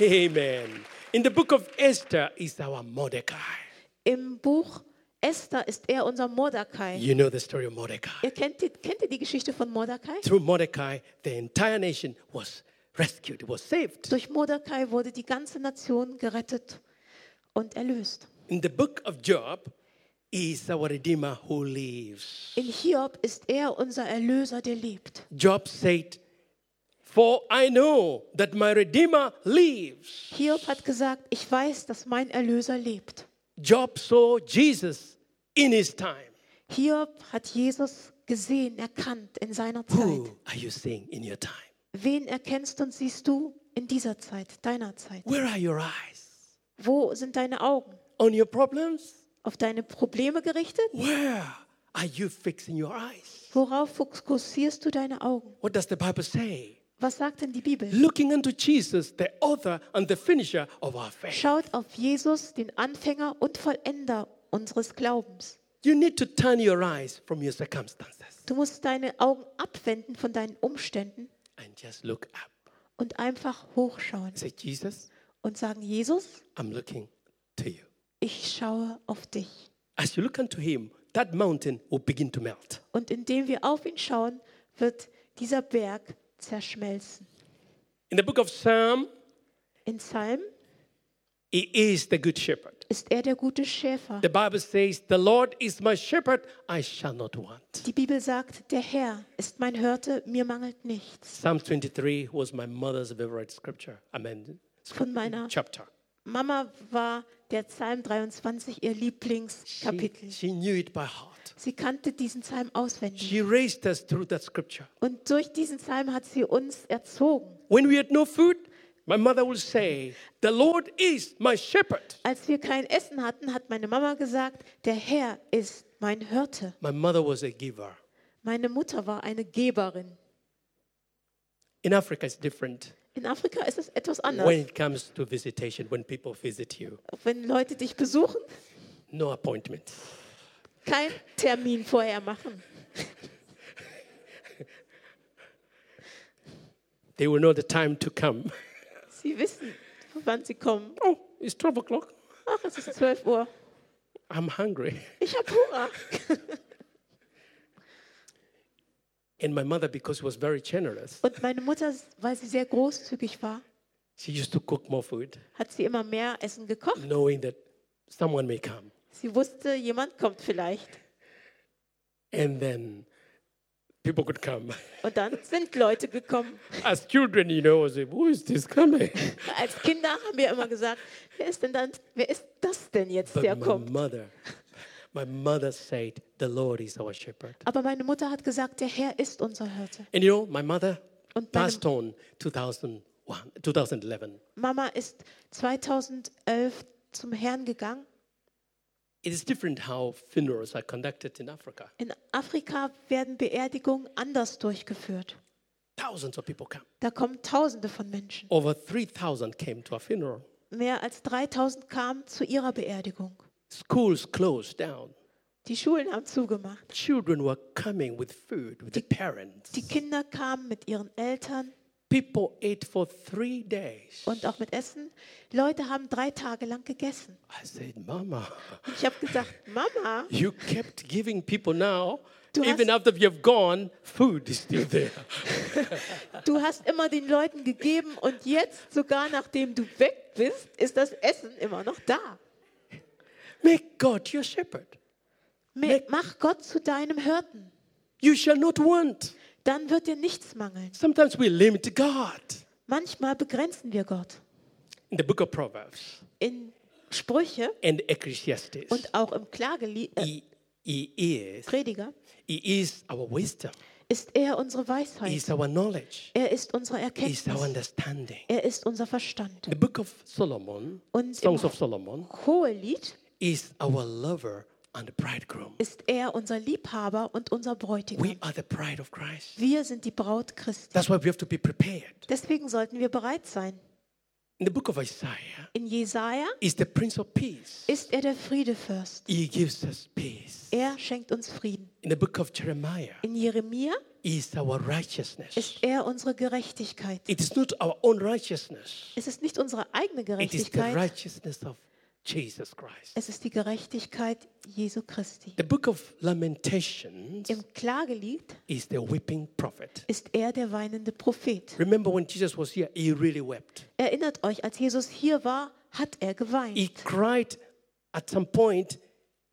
Speaker 1: Amen. In the book of Esther is our Mordecai.
Speaker 2: Im Buch Esther ist er unser Mordecai.
Speaker 1: You know the story of Mordecai.
Speaker 2: Ihr kennt, die, kennt ihr die Geschichte von Mordecai?
Speaker 1: Through Mordecai, the entire nation was rescued, was saved.
Speaker 2: Durch Mordecai wurde die ganze Nation gerettet und erlöst.
Speaker 1: In the book of Job is our Redeemer who lives.
Speaker 2: In Hiob ist er unser Erlöser, der lebt.
Speaker 1: Job said, For I know that my Redeemer lives.
Speaker 2: Hiob hat gesagt, ich weiß, dass mein Erlöser lebt.
Speaker 1: Job saw Jesus in his time.
Speaker 2: Hiob hat Jesus gesehen, erkannt in seiner Zeit.
Speaker 1: Who are you seeing in your time?
Speaker 2: Wen erkennst und siehst du in dieser Zeit, deiner Zeit?
Speaker 1: Where are your eyes?
Speaker 2: Wo sind deine Augen?
Speaker 1: On your problems?
Speaker 2: Auf deine Probleme gerichtet?
Speaker 1: Where are you fixing your eyes?
Speaker 2: Worauf fokussierst du deine Augen?
Speaker 1: What does the Bible say?
Speaker 2: Was sagt denn die Bibel?
Speaker 1: Looking unto Jesus, the author and the finisher of our faith.
Speaker 2: Schaut auf Jesus, den Anfänger und Vollender unseres Glaubens.
Speaker 1: You need to turn your eyes from your circumstances
Speaker 2: Du musst deine Augen abwenden von deinen Umständen
Speaker 1: and just look up.
Speaker 2: und einfach hochschauen
Speaker 1: Say, Jesus,
Speaker 2: und sagen, Jesus,
Speaker 1: I'm looking to you.
Speaker 2: ich schaue auf dich.
Speaker 1: As you look unto him, that mountain will begin to melt.
Speaker 2: Und indem wir auf ihn schauen, wird dieser Berg zerschmelzen.
Speaker 1: In the book of Psalm,
Speaker 2: In Psalm
Speaker 1: he is the good shepherd.
Speaker 2: ist er der gute Schäfer.
Speaker 1: The Bible says, The Lord is my shepherd, I shall not want.
Speaker 2: Die Bibel sagt, der Herr ist mein Hirte, mir mangelt nichts.
Speaker 1: Psalm 23 was my mother's favorite scripture. I mean,
Speaker 2: Von meiner
Speaker 1: chapter.
Speaker 2: Mama war der Psalm 23 ihr
Speaker 1: She,
Speaker 2: Lieblingskapitel.
Speaker 1: she knew it by heart.
Speaker 2: Sie kannte diesen Psalm auswendig.
Speaker 1: She raised us through that scripture.
Speaker 2: Und durch diesen Psalm hat sie uns erzogen.
Speaker 1: When we had no food, my mother would say, The Lord is my shepherd.
Speaker 2: Als wir kein Essen hatten, hat meine Mama gesagt, der Herr ist mein Hirte.
Speaker 1: My mother was a giver.
Speaker 2: Meine Mutter war eine Geberin.
Speaker 1: In Africa, it's different
Speaker 2: In Afrika ist es etwas
Speaker 1: when
Speaker 2: anders.
Speaker 1: it comes to visitation, when people visit you.
Speaker 2: Wenn Leute dich besuchen,
Speaker 1: No appointment.
Speaker 2: keinen Termin vorher machen.
Speaker 1: They will know the time to come. [laughs]
Speaker 2: Sie wissen, wann sie kommen.
Speaker 1: Oh, it's 12 o'clock.
Speaker 2: Ach, es ist 12 Uhr.
Speaker 1: I'm hungry.
Speaker 2: Ich habe Hunger.
Speaker 1: And my mother, because she was very generous,
Speaker 2: Und meine Mutter, weil sie sehr großzügig war,
Speaker 1: she used to cook more food,
Speaker 2: hat sie immer mehr Essen gekocht.
Speaker 1: knowing that someone may come.
Speaker 2: Sie wusste, jemand kommt vielleicht.
Speaker 1: And then people could come. [laughs]
Speaker 2: Und dann sind Leute gekommen.
Speaker 1: As children, you know, I say, who is this coming?
Speaker 2: Als Kinder haben wir immer gesagt, wer ist denn dann, wer ist das denn jetzt, der
Speaker 1: But my
Speaker 2: kommt?
Speaker 1: mother, my mother said, the Lord is our shepherd.
Speaker 2: Aber meine Mutter hat gesagt, der Herr ist unser Hirte.
Speaker 1: And you know, my mother
Speaker 2: Und meine
Speaker 1: passed on 2001, 2011.
Speaker 2: Mama ist 2011 zum Herrn gegangen.
Speaker 1: It is different how funerals are conducted in Africa.
Speaker 2: In Afrika werden Beerdigungen anders durchgeführt.
Speaker 1: Thousands of people come.
Speaker 2: Da kommen Tausende von Menschen.
Speaker 1: Over 3,000 came to a funeral.
Speaker 2: Mehr als 3000 kamen zu ihrer Beerdigung.
Speaker 1: Schools closed down.
Speaker 2: Die Schulen haben zugemacht.
Speaker 1: Children were coming with food, with the parents.
Speaker 2: Die Kinder kamen mit ihren Eltern
Speaker 1: People ate for three days.
Speaker 2: und auch mit Essen. Leute haben drei Tage lang gegessen.
Speaker 1: I said, Mama,
Speaker 2: Und ich habe gesagt,
Speaker 1: [laughs]
Speaker 2: Mama,
Speaker 1: you kept giving people now,
Speaker 2: Du hast-
Speaker 1: even after you've gone, food is still there.
Speaker 2: du hast immer den Leuten gegeben und jetzt, sogar nachdem du weg bist, ist das Essen immer noch da.
Speaker 1: Make God your shepherd.
Speaker 2: Me- Mach Gott zu deinem Hirten.
Speaker 1: You shall not want.
Speaker 2: Dann wird dir nichts mangeln.
Speaker 1: Sometimes we limit God.
Speaker 2: Manchmal begrenzen wir Gott.
Speaker 1: In the book of Proverbs
Speaker 2: In Sprüche
Speaker 1: and Ecclesiastes,
Speaker 2: und auch im Klagelied, äh,
Speaker 1: he, he is
Speaker 2: Prediger,
Speaker 1: he is our wisdom.
Speaker 2: ist er unsere
Speaker 1: He
Speaker 2: Weisheit.
Speaker 1: is our knowledge.
Speaker 2: Er ist unsere
Speaker 1: He is our
Speaker 2: Erkenntnis.
Speaker 1: understanding.
Speaker 2: Er ist unser Verstand.
Speaker 1: In the book of Solomon,
Speaker 2: Und im-
Speaker 1: Songs of Solomon,
Speaker 2: Hohelied
Speaker 1: is our lover and bridegroom.
Speaker 2: ist er unser Liebhaber und unser
Speaker 1: We
Speaker 2: Bräutigam.
Speaker 1: are the bride of Christ.
Speaker 2: Wir sind die Braut Christi.
Speaker 1: That's why we have to be prepared.
Speaker 2: Deswegen sollten wir bereit sein.
Speaker 1: In the book of Isaiah,
Speaker 2: In Jesaja
Speaker 1: is the Prince of Peace.
Speaker 2: ist er der Friedefürst.
Speaker 1: He gives us peace.
Speaker 2: Er schenkt uns Frieden.
Speaker 1: In the book of Jeremiah,
Speaker 2: In Jeremia
Speaker 1: is our righteousness.
Speaker 2: ist er unsere Gerechtigkeit.
Speaker 1: It is not our own righteousness.
Speaker 2: Es ist nicht unsere
Speaker 1: It
Speaker 2: eigene
Speaker 1: is the
Speaker 2: Gerechtigkeit,
Speaker 1: righteousness of Jesus Christ.
Speaker 2: es ist die Gerechtigkeit Jesu Christi.
Speaker 1: The book of Lamentations
Speaker 2: Im Klagelied
Speaker 1: is the weeping prophet.
Speaker 2: ist er der weinende Prophet.
Speaker 1: Remember when Jesus was here, he really wept.
Speaker 2: Erinnert euch, als Jesus hier war, hat er
Speaker 1: He
Speaker 2: geweint.
Speaker 1: cried at some point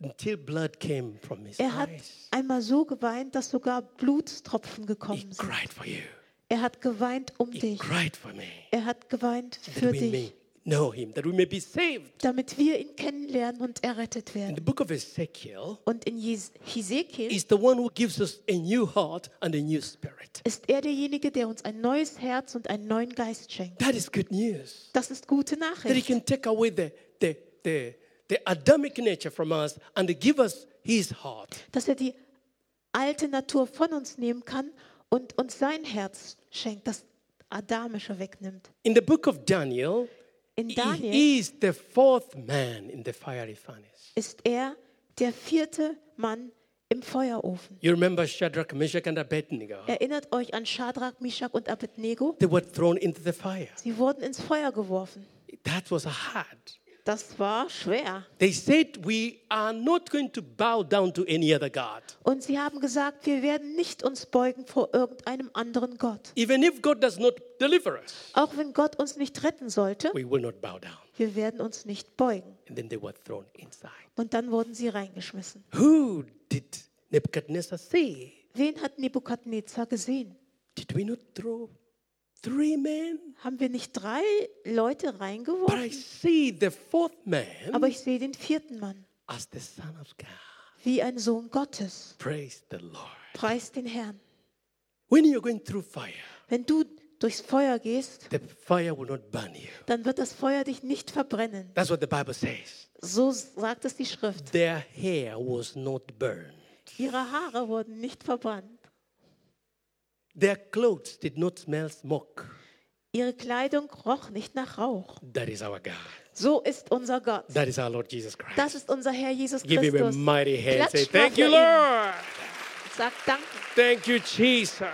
Speaker 1: until blood came from his
Speaker 2: Er hat
Speaker 1: eyes.
Speaker 2: einmal so geweint, dass sogar Blutstropfen
Speaker 1: He
Speaker 2: gekommen sind.
Speaker 1: cried for you.
Speaker 2: Er hat geweint um
Speaker 1: He
Speaker 2: dich.
Speaker 1: cried for me.
Speaker 2: Er hat geweint
Speaker 1: That
Speaker 2: für
Speaker 1: we may
Speaker 2: dich,
Speaker 1: know him, that we may be saved.
Speaker 2: damit wir ihn kennenlernen und errettet
Speaker 1: And
Speaker 2: werden.
Speaker 1: the book of Ezekiel
Speaker 2: Und in Jes- Hesekiel
Speaker 1: is the one who gives us a new heart and a new spirit.
Speaker 2: ist er derjenige, der uns ein neues Herz und einen neuen Geist schenkt.
Speaker 1: That is good news.
Speaker 2: Das ist gute
Speaker 1: That he
Speaker 2: Nachricht,
Speaker 1: can take away the, the, the, the Adamic nature from us and give us his heart.
Speaker 2: dass er die alte Natur von uns nehmen kann und uns sein Herz schenkt, das Adamische wegnimmt.
Speaker 1: In the book of Daniel,
Speaker 2: In
Speaker 1: he-
Speaker 2: Daniel
Speaker 1: he is the fourth man in the fiery furnace.
Speaker 2: ist er der vierte Mann im Feuerofen.
Speaker 1: You remember Shadrach, Meshach, and Abednego?
Speaker 2: Erinnert euch an Schadrach, Mishak und Abednego?
Speaker 1: They were thrown into the fire.
Speaker 2: Sie wurden ins Feuer geworfen.
Speaker 1: That was hard.
Speaker 2: Das war schwer.
Speaker 1: They said, We are not going to bow down to any other God.
Speaker 2: Und sie haben gesagt, wir werden nicht uns beugen vor irgendeinem anderen Gott.
Speaker 1: Even if God does not deliver us,
Speaker 2: Auch wenn Gott uns nicht retten sollte,
Speaker 1: we will not bow down.
Speaker 2: wir werden uns nicht beugen.
Speaker 1: And then they were thrown inside.
Speaker 2: Und dann wurden sie reingeschmissen.
Speaker 1: Who did Nebuchadnezzar say?
Speaker 2: Wen hat Nebukadnezar gesehen?
Speaker 1: Did we not throw three men?
Speaker 2: Haben wir nicht drei Leute
Speaker 1: But
Speaker 2: reingeworfen?
Speaker 1: I see the fourth man
Speaker 2: Aber ich sehe den vierten Mann,
Speaker 1: as the Son of God.
Speaker 2: wie ein Sohn Gottes.
Speaker 1: Praise the Lord.
Speaker 2: Preis den Herrn.
Speaker 1: When you're going through fire,
Speaker 2: Wenn du durchs Feuer gehst,
Speaker 1: the fire will not burn you.
Speaker 2: dann wird das Feuer dich nicht verbrennen.
Speaker 1: That's what the Bible says.
Speaker 2: So sagt es die Schrift.
Speaker 1: Their hair was not burned,
Speaker 2: Ihre Haare wurden nicht verbrannt.
Speaker 1: their clothes did not smell smoke.
Speaker 2: Ihre Kleidung roch nicht nach Rauch.
Speaker 1: That is our God.
Speaker 2: So ist unser Gott.
Speaker 1: That is our Lord Jesus Christ.
Speaker 2: Das ist unser Herr Jesus
Speaker 1: Give him a
Speaker 2: Christus.
Speaker 1: mighty hand. Say, Thank
Speaker 2: Klatsch mal
Speaker 1: you,
Speaker 2: für ihn.
Speaker 1: Lord.
Speaker 2: Sag Danke,
Speaker 1: Thank you, Jesus.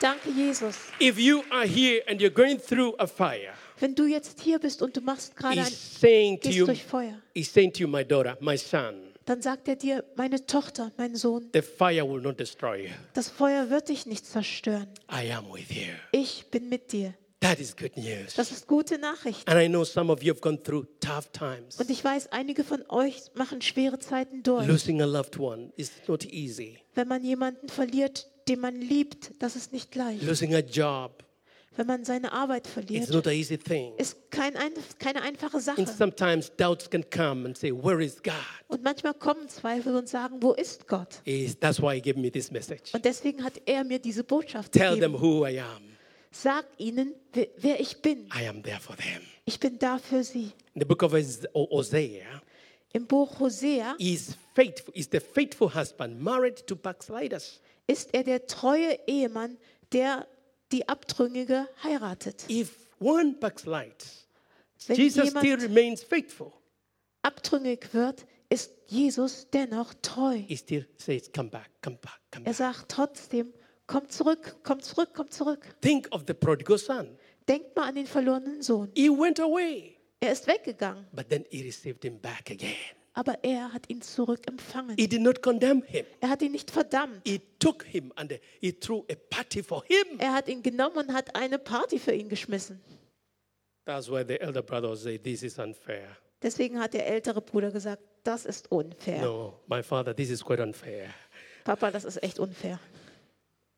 Speaker 2: danke Jesus.
Speaker 1: If you are here and you're going through a fire,
Speaker 2: Wenn du jetzt hier bist und du machst gerade ein,
Speaker 1: he's saying to
Speaker 2: gehst
Speaker 1: you,
Speaker 2: durch Feuer,
Speaker 1: he's saying to you, my daughter, my son,
Speaker 2: dann sagt er dir, meine Tochter, mein Sohn,
Speaker 1: the fire will not destroy you.
Speaker 2: das Feuer wird dich nicht zerstören.
Speaker 1: I am with you.
Speaker 2: Ich bin mit dir.
Speaker 1: That is good news.
Speaker 2: Das ist gute Nachricht.
Speaker 1: And I know some of you have gone through tough times.
Speaker 2: Und ich weiß, einige von euch machen schwere Zeiten durch.
Speaker 1: Losing a loved one is not easy.
Speaker 2: Wenn man jemanden verliert, den man liebt, das ist nicht leicht.
Speaker 1: Losing a job
Speaker 2: Wenn man seine Arbeit
Speaker 1: is
Speaker 2: verliert,
Speaker 1: not an easy thing.
Speaker 2: ist kein, ein- keine einfache
Speaker 1: And
Speaker 2: Sache.
Speaker 1: sometimes doubts can come and say, Where is God?
Speaker 2: Und manchmal kommen Zweifel und sagen, wo ist Gott?
Speaker 1: Is- That's why he gave me this message.
Speaker 2: Und deswegen hat er mir diese Botschaft
Speaker 1: Tell them
Speaker 2: gegeben.
Speaker 1: who I am.
Speaker 2: Sag ihnen, wer, wer ich bin.
Speaker 1: I am there for them.
Speaker 2: Ich bin da für sie.
Speaker 1: In the book of Is- O- Hosea,
Speaker 2: Im Buch Hosea
Speaker 1: is faithful, is the faithful husband married to backsliders.
Speaker 2: ist er der treue Ehemann, der die Abtrünnige heiratet.
Speaker 1: If one backslides,
Speaker 2: Wenn
Speaker 1: Jesus still
Speaker 2: jemand
Speaker 1: remains faithful.
Speaker 2: abtrünnig wird, ist Jesus dennoch treu.
Speaker 1: He still says, Come back, come back, come
Speaker 2: Er
Speaker 1: back.
Speaker 2: sagt trotzdem, komm zurück, komm zurück, komm zurück.
Speaker 1: Think of the prodigal son.
Speaker 2: Denkt mal an den verlorenen Sohn.
Speaker 1: He went away,
Speaker 2: Er ist weggegangen,
Speaker 1: but then he received him back again.
Speaker 2: aber er hat ihn zurück empfangen.
Speaker 1: He did not condemn him.
Speaker 2: Er hat ihn nicht verdammt.
Speaker 1: He took him and he threw a party for him.
Speaker 2: Er hat ihn genommen und hat eine Party für ihn geschmissen.
Speaker 1: That's why the elder brother would say, This is unfair.
Speaker 2: Deswegen hat der ältere Bruder gesagt, das ist unfair.
Speaker 1: No, my father, this is quite unfair.
Speaker 2: Papa, das ist echt unfair.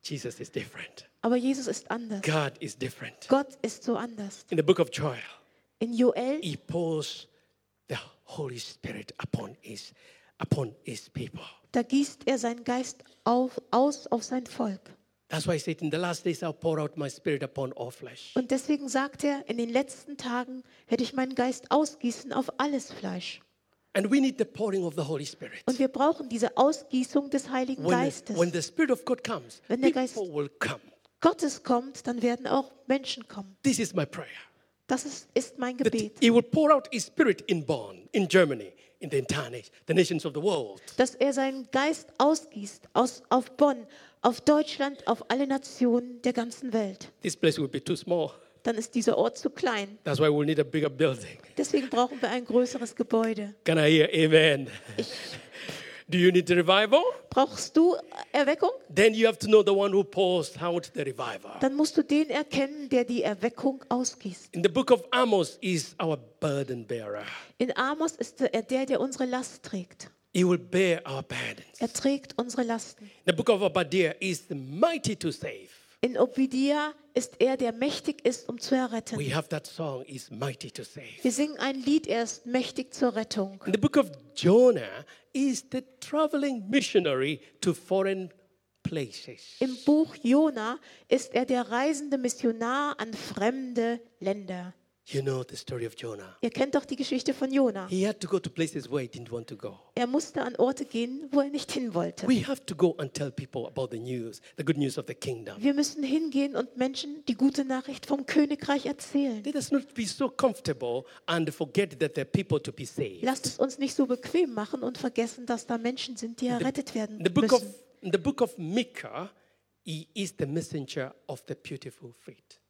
Speaker 1: Jesus is different.
Speaker 2: Aber Jesus ist anders.
Speaker 1: God is different.
Speaker 2: Gott ist so anders.
Speaker 1: In the book of Joel,
Speaker 2: In Joel
Speaker 1: he pours the Holy Spirit upon his upon his people.
Speaker 2: da gießt er seinen Geist auf, aus auf sein Volk.
Speaker 1: That's why he said, In the last days I'll pour out my spirit upon all flesh.
Speaker 2: Und deswegen sagt er, in den letzten Tagen werde ich meinen Geist ausgießen auf alles Fleisch.
Speaker 1: And we need the pouring of the Holy Spirit.
Speaker 2: Und wir brauchen diese Ausgießung des Heiligen
Speaker 1: When the,
Speaker 2: Geistes.
Speaker 1: when the Spirit of God comes,
Speaker 2: Wenn der Geist-
Speaker 1: people will come.
Speaker 2: Gottes kommt, dann werden auch Menschen kommen.
Speaker 1: This is my prayer.
Speaker 2: Das ist, ist mein
Speaker 1: That
Speaker 2: Gebet.
Speaker 1: he will pour out his spirit in Bonn, in Germany, in the entire nation, the nations of the world.
Speaker 2: dass er seinen Geist ausgießt aus, auf Bonn, auf Deutschland, auf alle Nationen der ganzen Welt.
Speaker 1: This place will be too small.
Speaker 2: Dann ist dieser Ort zu klein.
Speaker 1: That's why we'll need a bigger building.
Speaker 2: Deswegen brauchen wir ein größeres Gebäude.
Speaker 1: Can I hear amen? Do you need revival?
Speaker 2: Brauchst du Erweckung?
Speaker 1: Then you have to know the one who pours out the revival.
Speaker 2: Dann musst du den erkennen, der die Erweckung ausgießt.
Speaker 1: In the book of Amos is our burden bearer.
Speaker 2: In Amos ist er der, der unsere Last trägt.
Speaker 1: He will bear our burdens.
Speaker 2: Er trägt unsere Lasten.
Speaker 1: The book of Obadiah is the mighty to save.
Speaker 2: In Obvidia ist er, der mächtig ist, um zu erretten.
Speaker 1: We have that song, He's mighty to save.
Speaker 2: Wir singen ein Lied, er ist mächtig zur Rettung.
Speaker 1: In the book of Jonah is the traveling missionary to foreign places.
Speaker 2: Im Buch Jona ist er der reisende Missionar an fremde Länder.
Speaker 1: You know the story of Jonah.
Speaker 2: Ihr kennt doch die Geschichte von Jona.
Speaker 1: He had to go to places where he didn't want to go.
Speaker 2: Er musste an Orte gehen, wo er nicht hin wollte.
Speaker 1: We have to go and tell people about the news, the good news of the kingdom.
Speaker 2: Wir müssen hingehen und Menschen die gute Nachricht vom Königreich erzählen.
Speaker 1: Let us not be so comfortable and forget that there are people to be saved.
Speaker 2: Lasst es uns nicht so bequem machen und vergessen, dass da Menschen sind, die errettet werden
Speaker 1: In the book of
Speaker 2: müssen.
Speaker 1: in the book of Micah, he is the messenger of the beautiful feet.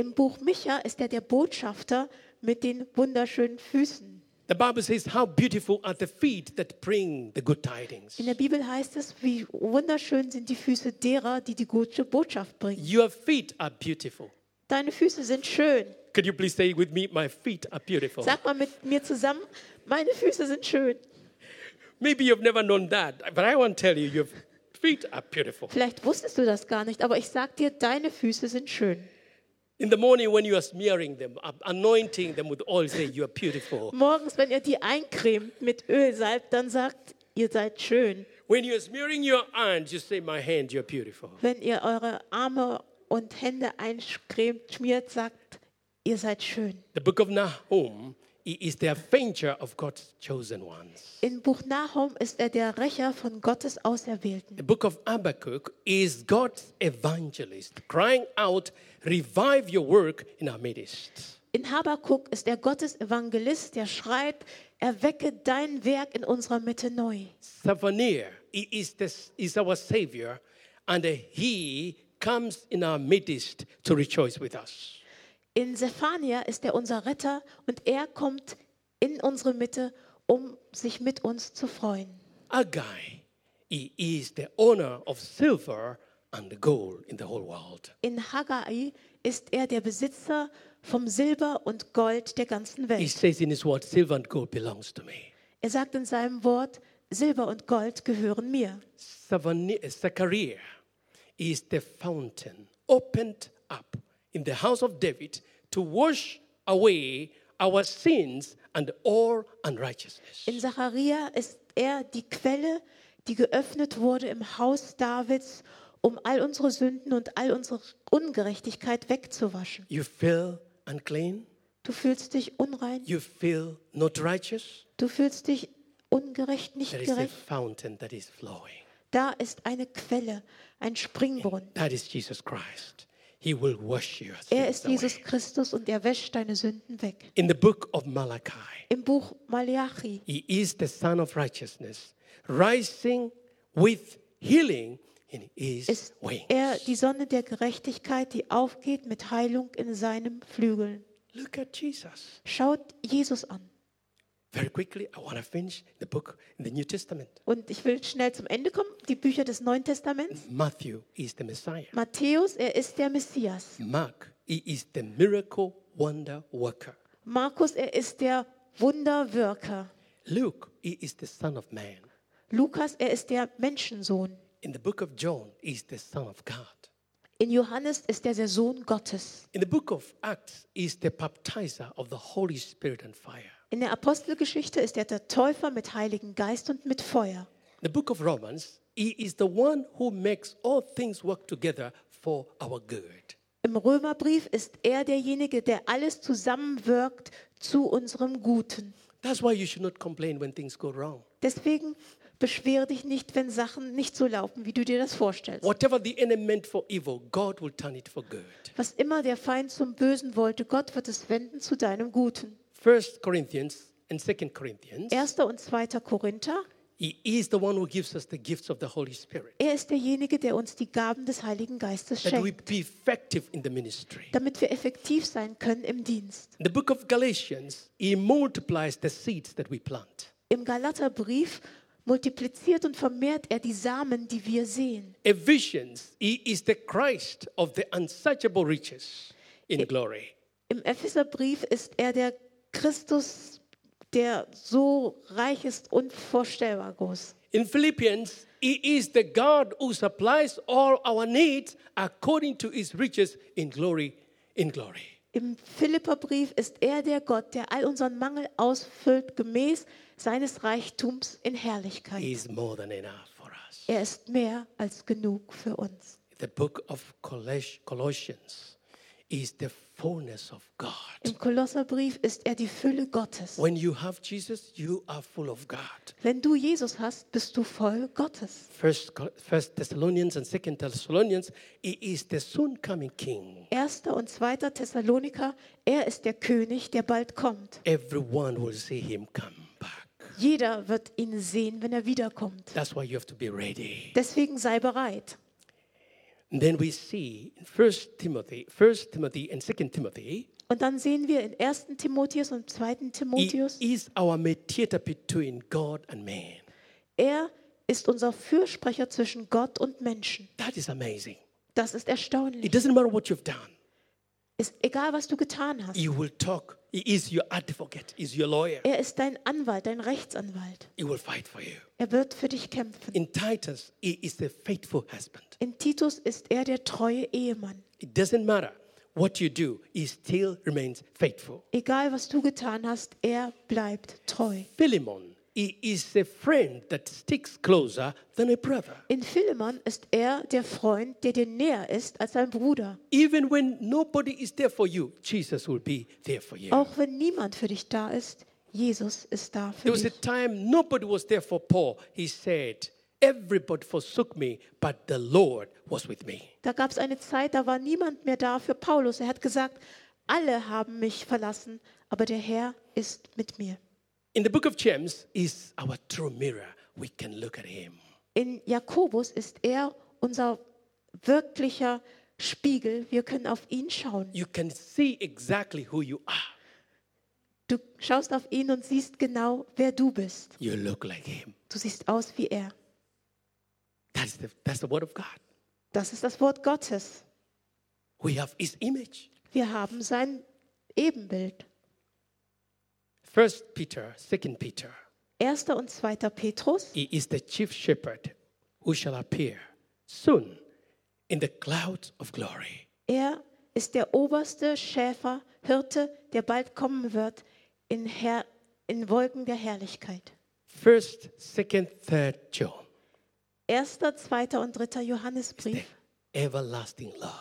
Speaker 2: Im Buch Micha ist er der Botschafter mit den wunderschönen Füßen.
Speaker 1: The Bible says, How beautiful are the feet that bring the good tidings.
Speaker 2: In der Bibel heißt es, wie wunderschön sind die Füße derer, die die gute Botschaft bringen.
Speaker 1: Your feet are beautiful.
Speaker 2: Deine Füße sind schön.
Speaker 1: Could you please say with me, My feet are beautiful?
Speaker 2: Sag mal mit mir zusammen, meine Füße sind schön.
Speaker 1: Maybe you've never known that, but I want to tell you, your feet are beautiful.
Speaker 2: Vielleicht wusstest du das gar nicht, aber ich sag dir, deine Füße sind schön.
Speaker 1: In the morning, when you are smearing them, uh, anointing them with oil, say, You are beautiful.
Speaker 2: Morgens, wenn ihr die eincremt mit Öl salbt, dann sagt, ihr seid schön.
Speaker 1: When you are smearing your hands, you say, My hand, you're beautiful.
Speaker 2: Wenn ihr eure Arme und Hände eincremt, schmiert, sagt, ihr seid schön.
Speaker 1: The book of Nahum he is the avenger of God's chosen ones.
Speaker 2: Im Buch Nahum ist er der Rächer von Gottes Auserwählten.
Speaker 1: The book of Habakkuk is God's evangelist crying out, Revive your work in our midst.
Speaker 2: In Habakuk ist er Gottes Evangelist, der schreit, erwecke dein Werk in unserer Mitte neu.
Speaker 1: Savanier he is, this, is our Savior, and He comes in our midst to rejoice with us.
Speaker 2: In Zephania ist er unser Retter und er kommt in unsere Mitte, um sich mit uns zu freuen.
Speaker 1: Agai, He is the owner of silver and gold in the whole world.
Speaker 2: In Haggai ist er der Besitzer vom Silber und Gold der ganzen
Speaker 1: He
Speaker 2: Welt.
Speaker 1: says in His word, Silver and gold belongs to me.
Speaker 2: Er sagt in seinem Wort, Silber und Gold gehören mir.
Speaker 1: Savani- Zachariah is the fountain opened up in the house of David to wash away our sins and all unrighteousness.
Speaker 2: In Zacharia ist er die Quelle, die geöffnet wurde im Haus Davids, um all unsere Sünden und all unsere Ungerechtigkeit wegzuwaschen.
Speaker 1: You feel unclean?
Speaker 2: Du fühlst dich unrein,
Speaker 1: You feel not righteous?
Speaker 2: du fühlst dich ungerecht, nicht
Speaker 1: There is a
Speaker 2: gerecht.
Speaker 1: fountain that is flowing.
Speaker 2: Da ist eine Quelle, ein Springbrunnen.
Speaker 1: That is Jesus Christ. He will wash your sins
Speaker 2: Er ist Jesus
Speaker 1: away.
Speaker 2: Christus und er wäscht deine Sünden weg.
Speaker 1: In the book of Malachi,
Speaker 2: Im Buch Malachi
Speaker 1: he is the Son of righteousness, rising with healing in his
Speaker 2: ist
Speaker 1: wings.
Speaker 2: er die Sonne der Gerechtigkeit, die aufgeht mit Heilung in seinem Flügeln.
Speaker 1: Look at Jesus.
Speaker 2: Schaut Jesus an.
Speaker 1: Very quickly, I want to finish the book in the New Testament.
Speaker 2: Und ich will schnell zum Ende kommen. Die Bücher des Neuen Testaments.
Speaker 1: Matthew is the Messiah.
Speaker 2: Matthäus, er ist der Messias.
Speaker 1: Mark, he is the miracle wonder worker.
Speaker 2: Markus, er ist der Wunderwirker.
Speaker 1: Luke, he is the Son of Man.
Speaker 2: Lukas, er ist der Menschensohn.
Speaker 1: In the book of John, he is the Son of God.
Speaker 2: In Johannes ist er der Sohn Gottes.
Speaker 1: In the book of Acts, he is the baptizer of the Holy Spirit and fire.
Speaker 2: In der Apostelgeschichte ist er der Täufer mit Heiligen Geist und mit Feuer.
Speaker 1: In the book of Romans, he is the one who makes all things work together for our good.
Speaker 2: Im Römerbrief ist er derjenige, der alles zusammenwirkt zu unserem Guten.
Speaker 1: That's why you should not complain when things go wrong.
Speaker 2: Deswegen beschwere dich nicht, wenn Sachen nicht so laufen, wie du dir das vorstellst.
Speaker 1: Whatever the enemy meant for evil, God will turn it for good.
Speaker 2: Was immer der Feind zum Bösen wollte, Gott wird es wenden zu deinem Guten.
Speaker 1: First Corinthians and Second Corinthians,
Speaker 2: 1. und 2. Korinther.
Speaker 1: he is the one who gives us the gifts of the Holy Spirit
Speaker 2: Er ist derjenige, der uns die Gaben des Heiligen Geistes
Speaker 1: that we
Speaker 2: schenkt,
Speaker 1: be effective in the ministry.
Speaker 2: damit wir effektiv sein können im Dienst.
Speaker 1: In the book of Galatians, he multiplies the seeds that we plant.
Speaker 2: Im Galaterbrief multipliziert und vermehrt er die Samen, die wir sehen.
Speaker 1: Ephesians, he is the Christ of the unsearchable riches in glory.
Speaker 2: Im Epheserbrief ist er der Christus, der so reich ist, unvorstellbar groß.
Speaker 1: In Philippians, He is the God who supplies all our needs according to His riches in glory, in glory.
Speaker 2: Im Philipperbrief ist er der Gott, der all unseren Mangel ausfüllt, gemäß seines Reichtums in
Speaker 1: He
Speaker 2: Herrlichkeit.
Speaker 1: is more than enough for us.
Speaker 2: Er ist mehr als genug für uns.
Speaker 1: The book of Coloss- Colossians is the fullness of God.
Speaker 2: Im Kolosserbrief ist er die Fülle Gottes.
Speaker 1: When you have Jesus, you are full of God.
Speaker 2: Wenn du Jesus hast, bist du voll Gottes.
Speaker 1: First, Col- First Thessalonians and Second Thessalonians, He is the soon coming King.
Speaker 2: Erster und zweiter Thessaloniker, er ist der König, der bald kommt.
Speaker 1: Everyone will see Him come back.
Speaker 2: Jeder wird ihn sehen, wenn er wiederkommt.
Speaker 1: That's why you have to be ready.
Speaker 2: Deswegen sei bereit.
Speaker 1: And then we see in First Timothy, First Timothy and Second Timothy,
Speaker 2: Und dann sehen wir in 1. Timotheus und 2.
Speaker 1: he
Speaker 2: Timotheus,
Speaker 1: is our mediator between God and man.
Speaker 2: er ist unser Fürsprecher zwischen Gott und Menschen.
Speaker 1: That is amazing.
Speaker 2: Das ist
Speaker 1: It
Speaker 2: erstaunlich.
Speaker 1: doesn't matter what you've done.
Speaker 2: Ist egal, was du getan hast.
Speaker 1: You will talk. He is your advocate. He is your lawyer.
Speaker 2: Er ist dein Anwalt, dein Rechtsanwalt.
Speaker 1: He will fight for you.
Speaker 2: Er wird für dich kämpfen.
Speaker 1: In Titus, he is a faithful husband.
Speaker 2: In Titus ist er der treue Ehemann.
Speaker 1: It doesn't matter what you do. He still remains faithful.
Speaker 2: Egal, was du getan hast, er bleibt treu.
Speaker 1: Philemon, he is a friend that sticks closer than a brother.
Speaker 2: In Philemon ist er der Freund, der dir näher ist als dein Bruder.
Speaker 1: Even when nobody is there for you, Jesus will be there for you.
Speaker 2: Auch wenn niemand für dich da ist, Jesus ist da für
Speaker 1: There was
Speaker 2: dich.
Speaker 1: a time nobody was there for Paul. He said, Everybody forsook me, but the Lord was with me.
Speaker 2: Da gab es eine Zeit, da war niemand mehr da für Paulus. Er hat gesagt, alle haben mich verlassen, aber der Herr ist mit mir.
Speaker 1: In the book of James is our true mirror. We can look at him.
Speaker 2: In Jakobus ist er unser wirklicher Spiegel. Wir können auf ihn schauen.
Speaker 1: You can see exactly who you are.
Speaker 2: Du schaust auf ihn und siehst genau, wer du bist.
Speaker 1: You look like him.
Speaker 2: Du siehst aus wie er.
Speaker 1: That's the, that's the word of God.
Speaker 2: Das ist das Wort Gottes.
Speaker 1: We have his image.
Speaker 2: Wir haben sein Ebenbild.
Speaker 1: First Peter, second Peter.
Speaker 2: 1. und 2. Petrus.
Speaker 1: He is the chief shepherd who shall appear soon in the clouds of glory.
Speaker 2: Er ist der oberste Schäfer, Hirte, der bald kommen wird in, Herr, in Wolken der Herrlichkeit.
Speaker 1: First, second, third John.
Speaker 2: 1., 2. und 3. Johannesbrief.
Speaker 1: Everlasting love.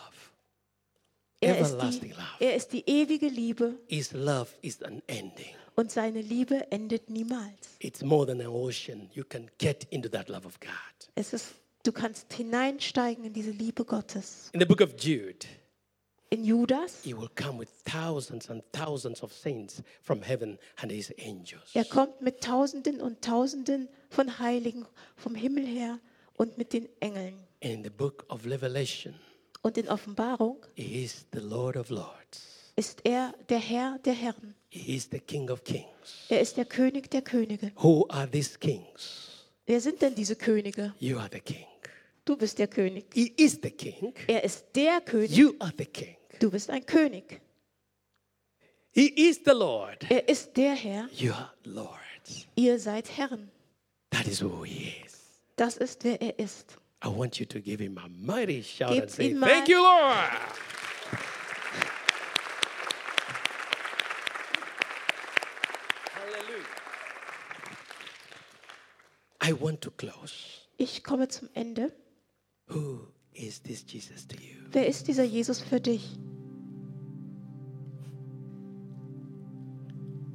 Speaker 2: Er ist,
Speaker 1: Everlasting
Speaker 2: die,
Speaker 1: love.
Speaker 2: er ist die ewige Liebe
Speaker 1: His love is unending.
Speaker 2: und seine Liebe endet niemals.
Speaker 1: It's more than an ocean. You can get into that love of God.
Speaker 2: Es ist, du kannst hineinsteigen in diese Liebe Gottes.
Speaker 1: In the book of Jude,
Speaker 2: In Judas,
Speaker 1: he will come with thousands and thousands of saints from heaven and his angels.
Speaker 2: er kommt mit Tausenden und Tausenden von Heiligen vom Himmel her und mit den Engeln.
Speaker 1: In the book of Revelation,
Speaker 2: Und in Offenbarung
Speaker 1: he is the Lord of Lords.
Speaker 2: ist er der Herr der Herren.
Speaker 1: He is the King of Kings.
Speaker 2: Er ist der König der Könige.
Speaker 1: Who are these kings?
Speaker 2: Wer sind denn diese Könige?
Speaker 1: You are the king.
Speaker 2: Du bist der König.
Speaker 1: He is the king.
Speaker 2: Er ist der König.
Speaker 1: You are the king.
Speaker 2: Du bist ein König.
Speaker 1: He is the Lord.
Speaker 2: Er ist der Herr.
Speaker 1: You are Lord.
Speaker 2: Ihr seid Herren.
Speaker 1: That is who he is.
Speaker 2: Das ist, wer er ist.
Speaker 1: I want you to give him a mighty shout and
Speaker 2: Gebt
Speaker 1: say,
Speaker 2: ihm mal-
Speaker 1: Thank you, Lord. Hallelujah. I want to close.
Speaker 2: Ich komme zum Ende.
Speaker 1: Who is this Jesus to you?
Speaker 2: Wer ist dieser Jesus für dich?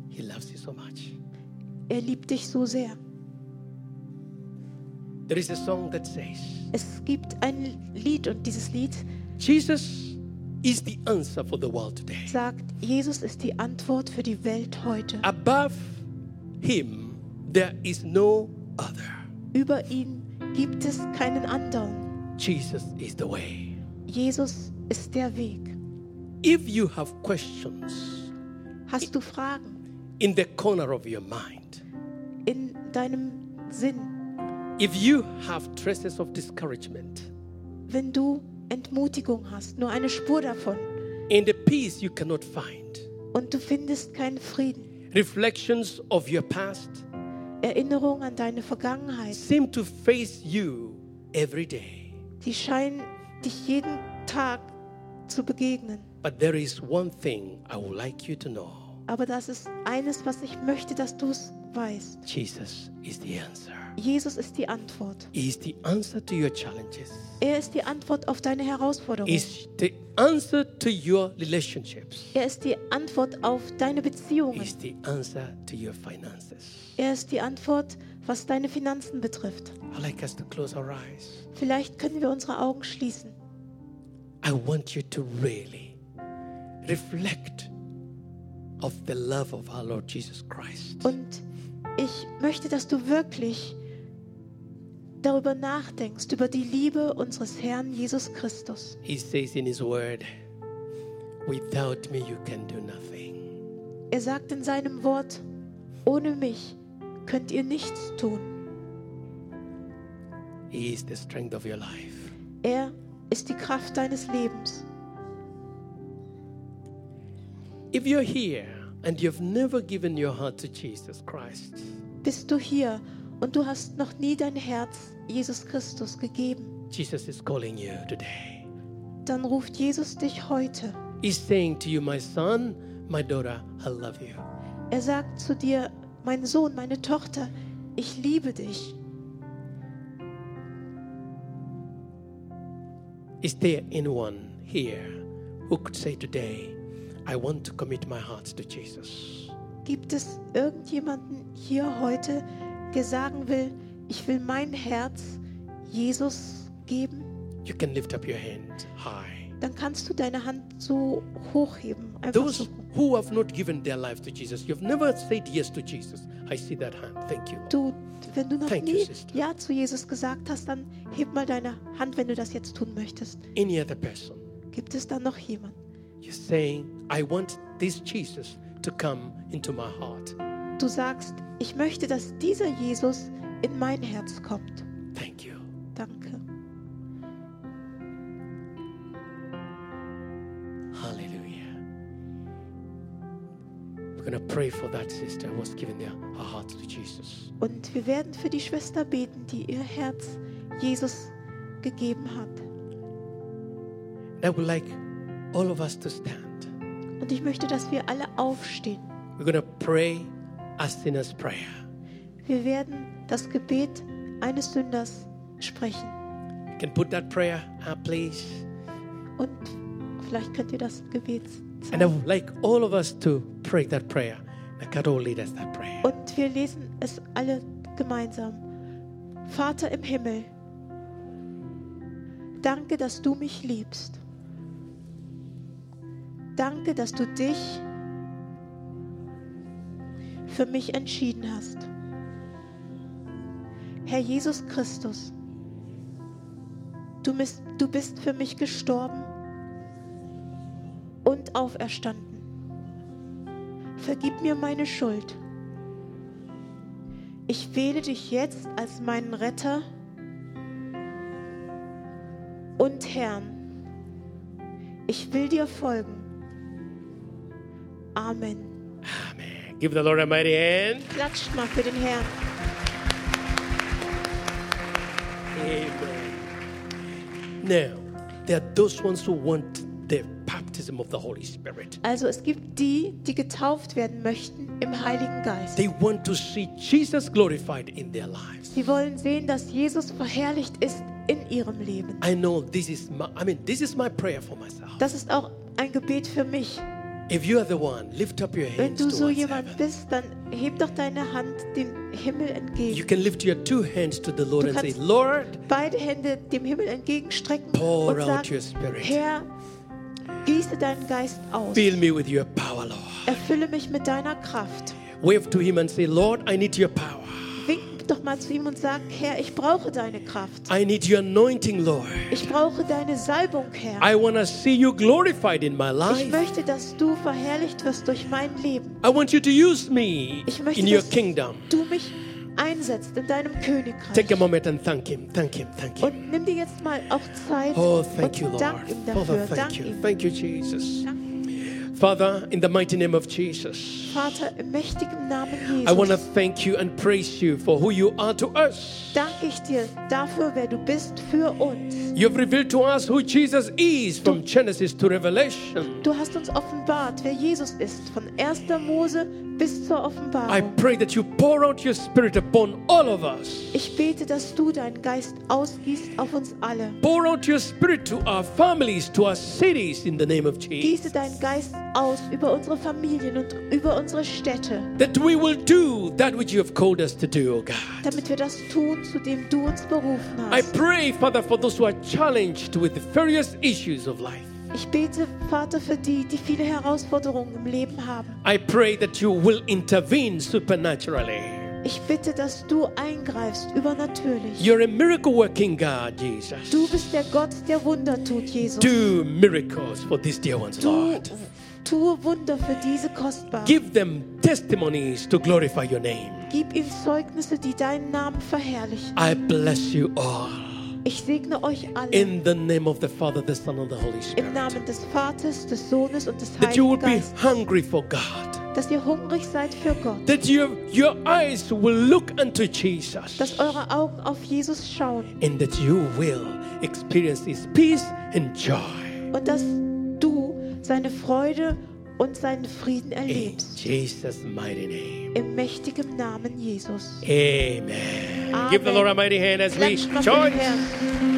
Speaker 1: He loves you so much.
Speaker 2: Er liebt dich so sehr.
Speaker 1: There is a song that says,
Speaker 2: Es gibt ein Lied und dieses Lied
Speaker 1: Jesus is the answer for the world today.
Speaker 2: sagt, Jesus ist die Antwort für die Welt heute.
Speaker 1: Above him, there is no other.
Speaker 2: Über ihn gibt es keinen anderen.
Speaker 1: Jesus is the way.
Speaker 2: Jesus ist der Weg.
Speaker 1: If you have questions
Speaker 2: Hast du Fragen
Speaker 1: in the corner of your mind,
Speaker 2: in deinem Sinn?
Speaker 1: if you have traces of discouragement
Speaker 2: Wenn du Entmutigung hast, nur eine Spur davon,
Speaker 1: and a peace you cannot find,
Speaker 2: und du findest keinen Frieden,
Speaker 1: reflections of your past,
Speaker 2: Erinnerungen an deine Vergangenheit,
Speaker 1: seem to face you every day.
Speaker 2: die scheinen dich jeden Tag zu begegnen.
Speaker 1: But there is one thing I would like you to know
Speaker 2: Aber das ist eines, was ich möchte, dass du es weißt.
Speaker 1: Jesus is the answer.
Speaker 2: Jesus ist die Antwort.
Speaker 1: He is the answer to your challenges,
Speaker 2: Er ist die Antwort auf deine Herausforderungen.
Speaker 1: is the answer to your relationships,
Speaker 2: Er ist die Antwort auf deine Beziehungen.
Speaker 1: is the answer to your finances.
Speaker 2: Er ist die Antwort, was deine Finanzen betrifft.
Speaker 1: I'd like us to close our eyes.
Speaker 2: Vielleicht können wir unsere Augen schließen.
Speaker 1: I want you to really reflect of the love of our Lord Jesus Christ.
Speaker 2: Und ich möchte, dass du wirklich darüber nachdenkst, über die Liebe unseres Herrn Jesus Christus.
Speaker 1: He says in his word, without me you can do nothing.
Speaker 2: Er sagt in seinem Wort, ohne mich könnt ihr nichts tun.
Speaker 1: He is the strength of your life.
Speaker 2: Er ist die Kraft deines Lebens.
Speaker 1: If you're here and you've never given your heart to Jesus Christ,
Speaker 2: Bist du hier und du hast noch nie dein Herz Jesus Christus gegeben,
Speaker 1: Jesus is calling you today.
Speaker 2: dann ruft Jesus dich heute.
Speaker 1: He's saying to you, my son, my daughter, I love you.
Speaker 2: Er sagt zu dir, mein Sohn, meine Tochter, ich liebe dich.
Speaker 1: Is there anyone here who could say today, I want to commit my heart to Jesus?
Speaker 2: Gibt es irgendjemanden hier heute, der sagen will, ich will mein Herz Jesus geben?
Speaker 1: You can lift up your hand high.
Speaker 2: Dann kannst du deine Hand so hochheben. Einfach so.
Speaker 1: Those who have not given their life to Jesus, you've never said yes to Jesus. I see that hand. Thank you. Lord.
Speaker 2: Du, wenn du noch
Speaker 1: Thank you,
Speaker 2: nie
Speaker 1: sister.
Speaker 2: Ja zu Jesus gesagt hast, dann heb mal deine Hand, wenn du das jetzt tun möchtest.
Speaker 1: Any other person,
Speaker 2: Gibt es da noch jemanden?
Speaker 1: you're saying, I want this Jesus to come into my heart.
Speaker 2: Du sagst, ich möchte, dass dieser Jesus in mein Herz kommt.
Speaker 1: Thank you.
Speaker 2: Danke.
Speaker 1: Hallelujah. We're going to pray for that sister who was giving their, her heart to Jesus.
Speaker 2: Und wir werden für die Schwester beten, die ihr Herz Jesus gegeben hat.
Speaker 1: And I would like all of us to stand.
Speaker 2: Und ich möchte, dass wir alle aufstehen.
Speaker 1: We're going to pray a sinner's prayer.
Speaker 2: Wir werden das Gebet eines Sünders sprechen.
Speaker 1: You can put that prayer up, please.
Speaker 2: Und vielleicht könnt ihr das Gebet
Speaker 1: And I
Speaker 2: zeigen.
Speaker 1: would like all of us to pray that prayer. Nakado lead us that prayer.
Speaker 2: Und wir lesen es alle gemeinsam. Vater im Himmel, danke, dass du mich liebst. Danke, dass du dich für mich entschieden hast. Herr Jesus Christus, du bist, du bist für mich gestorben und auferstanden. Vergib mir meine Schuld. Ich wähle dich jetzt als meinen Retter und Herrn. Ich will dir folgen. Amen.
Speaker 1: Amen. Give the Lord a mighty hand.
Speaker 2: Klatscht mal für den Herrn.
Speaker 1: Amen. Now, there are those ones who want the baptism of the Holy Spirit.
Speaker 2: Also es gibt die, die getauft werden möchten im Heiligen Geist.
Speaker 1: They want to see Jesus glorified in their lives.
Speaker 2: Sie wollen sehen, dass Jesus verherrlicht ist in ihrem Leben.
Speaker 1: I know this is my I mean this is my prayer for myself.
Speaker 2: Das ist auch ein Gebet für mich.
Speaker 1: If you are the one, lift up your
Speaker 2: Wenn
Speaker 1: hands
Speaker 2: du so
Speaker 1: towards
Speaker 2: jemand
Speaker 1: heaven.
Speaker 2: bist, dann heb doch deine Hand dem Himmel entgegen.
Speaker 1: You can lift your two hands to the Lord
Speaker 2: Du
Speaker 1: and say,
Speaker 2: kannst-
Speaker 1: Lord,
Speaker 2: beide Hände dem Himmel entgegenstrecken
Speaker 1: Pour
Speaker 2: und
Speaker 1: out
Speaker 2: sagen,
Speaker 1: your spirit.
Speaker 2: Herr, gieße deinen Geist aus.
Speaker 1: fill me with your power, Lord.
Speaker 2: Erfülle mich mit deiner Kraft.
Speaker 1: Wave to him and say, Lord, I need your power.
Speaker 2: Wink doch mal zu ihm und sag, Herr, ich brauche deine Kraft.
Speaker 1: I need your anointing, Lord.
Speaker 2: Ich brauche deine Salbung, Herr.
Speaker 1: I want to see you glorified in my
Speaker 2: Ich
Speaker 1: life.
Speaker 2: möchte, dass du verherrlicht wirst durch mein Leben.
Speaker 1: I want you to use me
Speaker 2: Ich möchte,
Speaker 1: in your
Speaker 2: dass
Speaker 1: kingdom.
Speaker 2: du mich einsetzt in deinem
Speaker 1: Take a
Speaker 2: Königreich.
Speaker 1: moment and thank him. Thank him. Thank him.
Speaker 2: Und nimm dir jetzt mal auch Zeit
Speaker 1: Oh,
Speaker 2: und
Speaker 1: thank you, Lord.
Speaker 2: dank ihm
Speaker 1: Father,
Speaker 2: dafür.
Speaker 1: thank
Speaker 2: Dank
Speaker 1: you.
Speaker 2: ihm.
Speaker 1: Thank you, Jesus.
Speaker 2: Dank ihm.
Speaker 1: Father, in the mighty name of Jesus,
Speaker 2: Vater, im mächtigen Namen
Speaker 1: I want to
Speaker 2: Jesus
Speaker 1: thank you and praise you for who you are to us.
Speaker 2: danke ich dir dafür, wer du bist für uns.
Speaker 1: You have revealed to us who Jesus is from Genesis to Revelation.
Speaker 2: Du hast uns offenbart, wer Jesus ist, von 1. Mose bis zur
Speaker 1: I
Speaker 2: Offenbarung.
Speaker 1: pray that you pour out your spirit upon all of us.
Speaker 2: Ich bete, dass du deinen Geist ausgießt auf uns alle.
Speaker 1: Pour out your spirit to our families, to our cities in the name of Jesus.
Speaker 2: Gieße deinen Geist aus über unsere Familien und über unsere Städte,
Speaker 1: That we will do that which you have called us to do, oh God.
Speaker 2: damit wir das tun, zu dem du uns berufen
Speaker 1: I
Speaker 2: hast.
Speaker 1: pray, Father, for those who are challenged with the various issues of life.
Speaker 2: Ich bete, Vater, für die, die viele Herausforderungen im Leben haben.
Speaker 1: I pray that you will intervene supernaturally.
Speaker 2: Ich bitte, dass du eingreifst, übernatürlich.
Speaker 1: You're a miracle working God, Jesus.
Speaker 2: Du bist der Gott, der Wunder tut, Jesus.
Speaker 1: Do miracles for these dear ones,
Speaker 2: Du
Speaker 1: Lord.
Speaker 2: tue Wunder für diese Kostbaren.
Speaker 1: Give them testimonies to glorify your name.
Speaker 2: Gib ihnen Zeugnisse, die deinen Namen verherrlichen.
Speaker 1: I bless you all.
Speaker 2: Ich segne euch alle
Speaker 1: In the name of the Father, the Son, and the Holy
Speaker 2: im
Speaker 1: Spirit.
Speaker 2: Namen des Vaters, des Sohnes und des
Speaker 1: That you will
Speaker 2: Heiligen
Speaker 1: be
Speaker 2: Geistes,
Speaker 1: hungry for God.
Speaker 2: dass ihr hungrig seid für Gott,
Speaker 1: That you, your eyes will look unto Jesus.
Speaker 2: dass eure Augen auf Jesus schauen
Speaker 1: And that you will experience His peace and joy.
Speaker 2: und dass du seine Freude und seinen Frieden
Speaker 1: In
Speaker 2: erlebst.
Speaker 1: Jesus' mighty name.
Speaker 2: Im mächtigen Namen Jesus.
Speaker 1: Amen.
Speaker 2: Amen.
Speaker 1: Give the Lord a mighty hand as we
Speaker 2: Klatscht mal für den
Speaker 1: join.
Speaker 2: Herrn.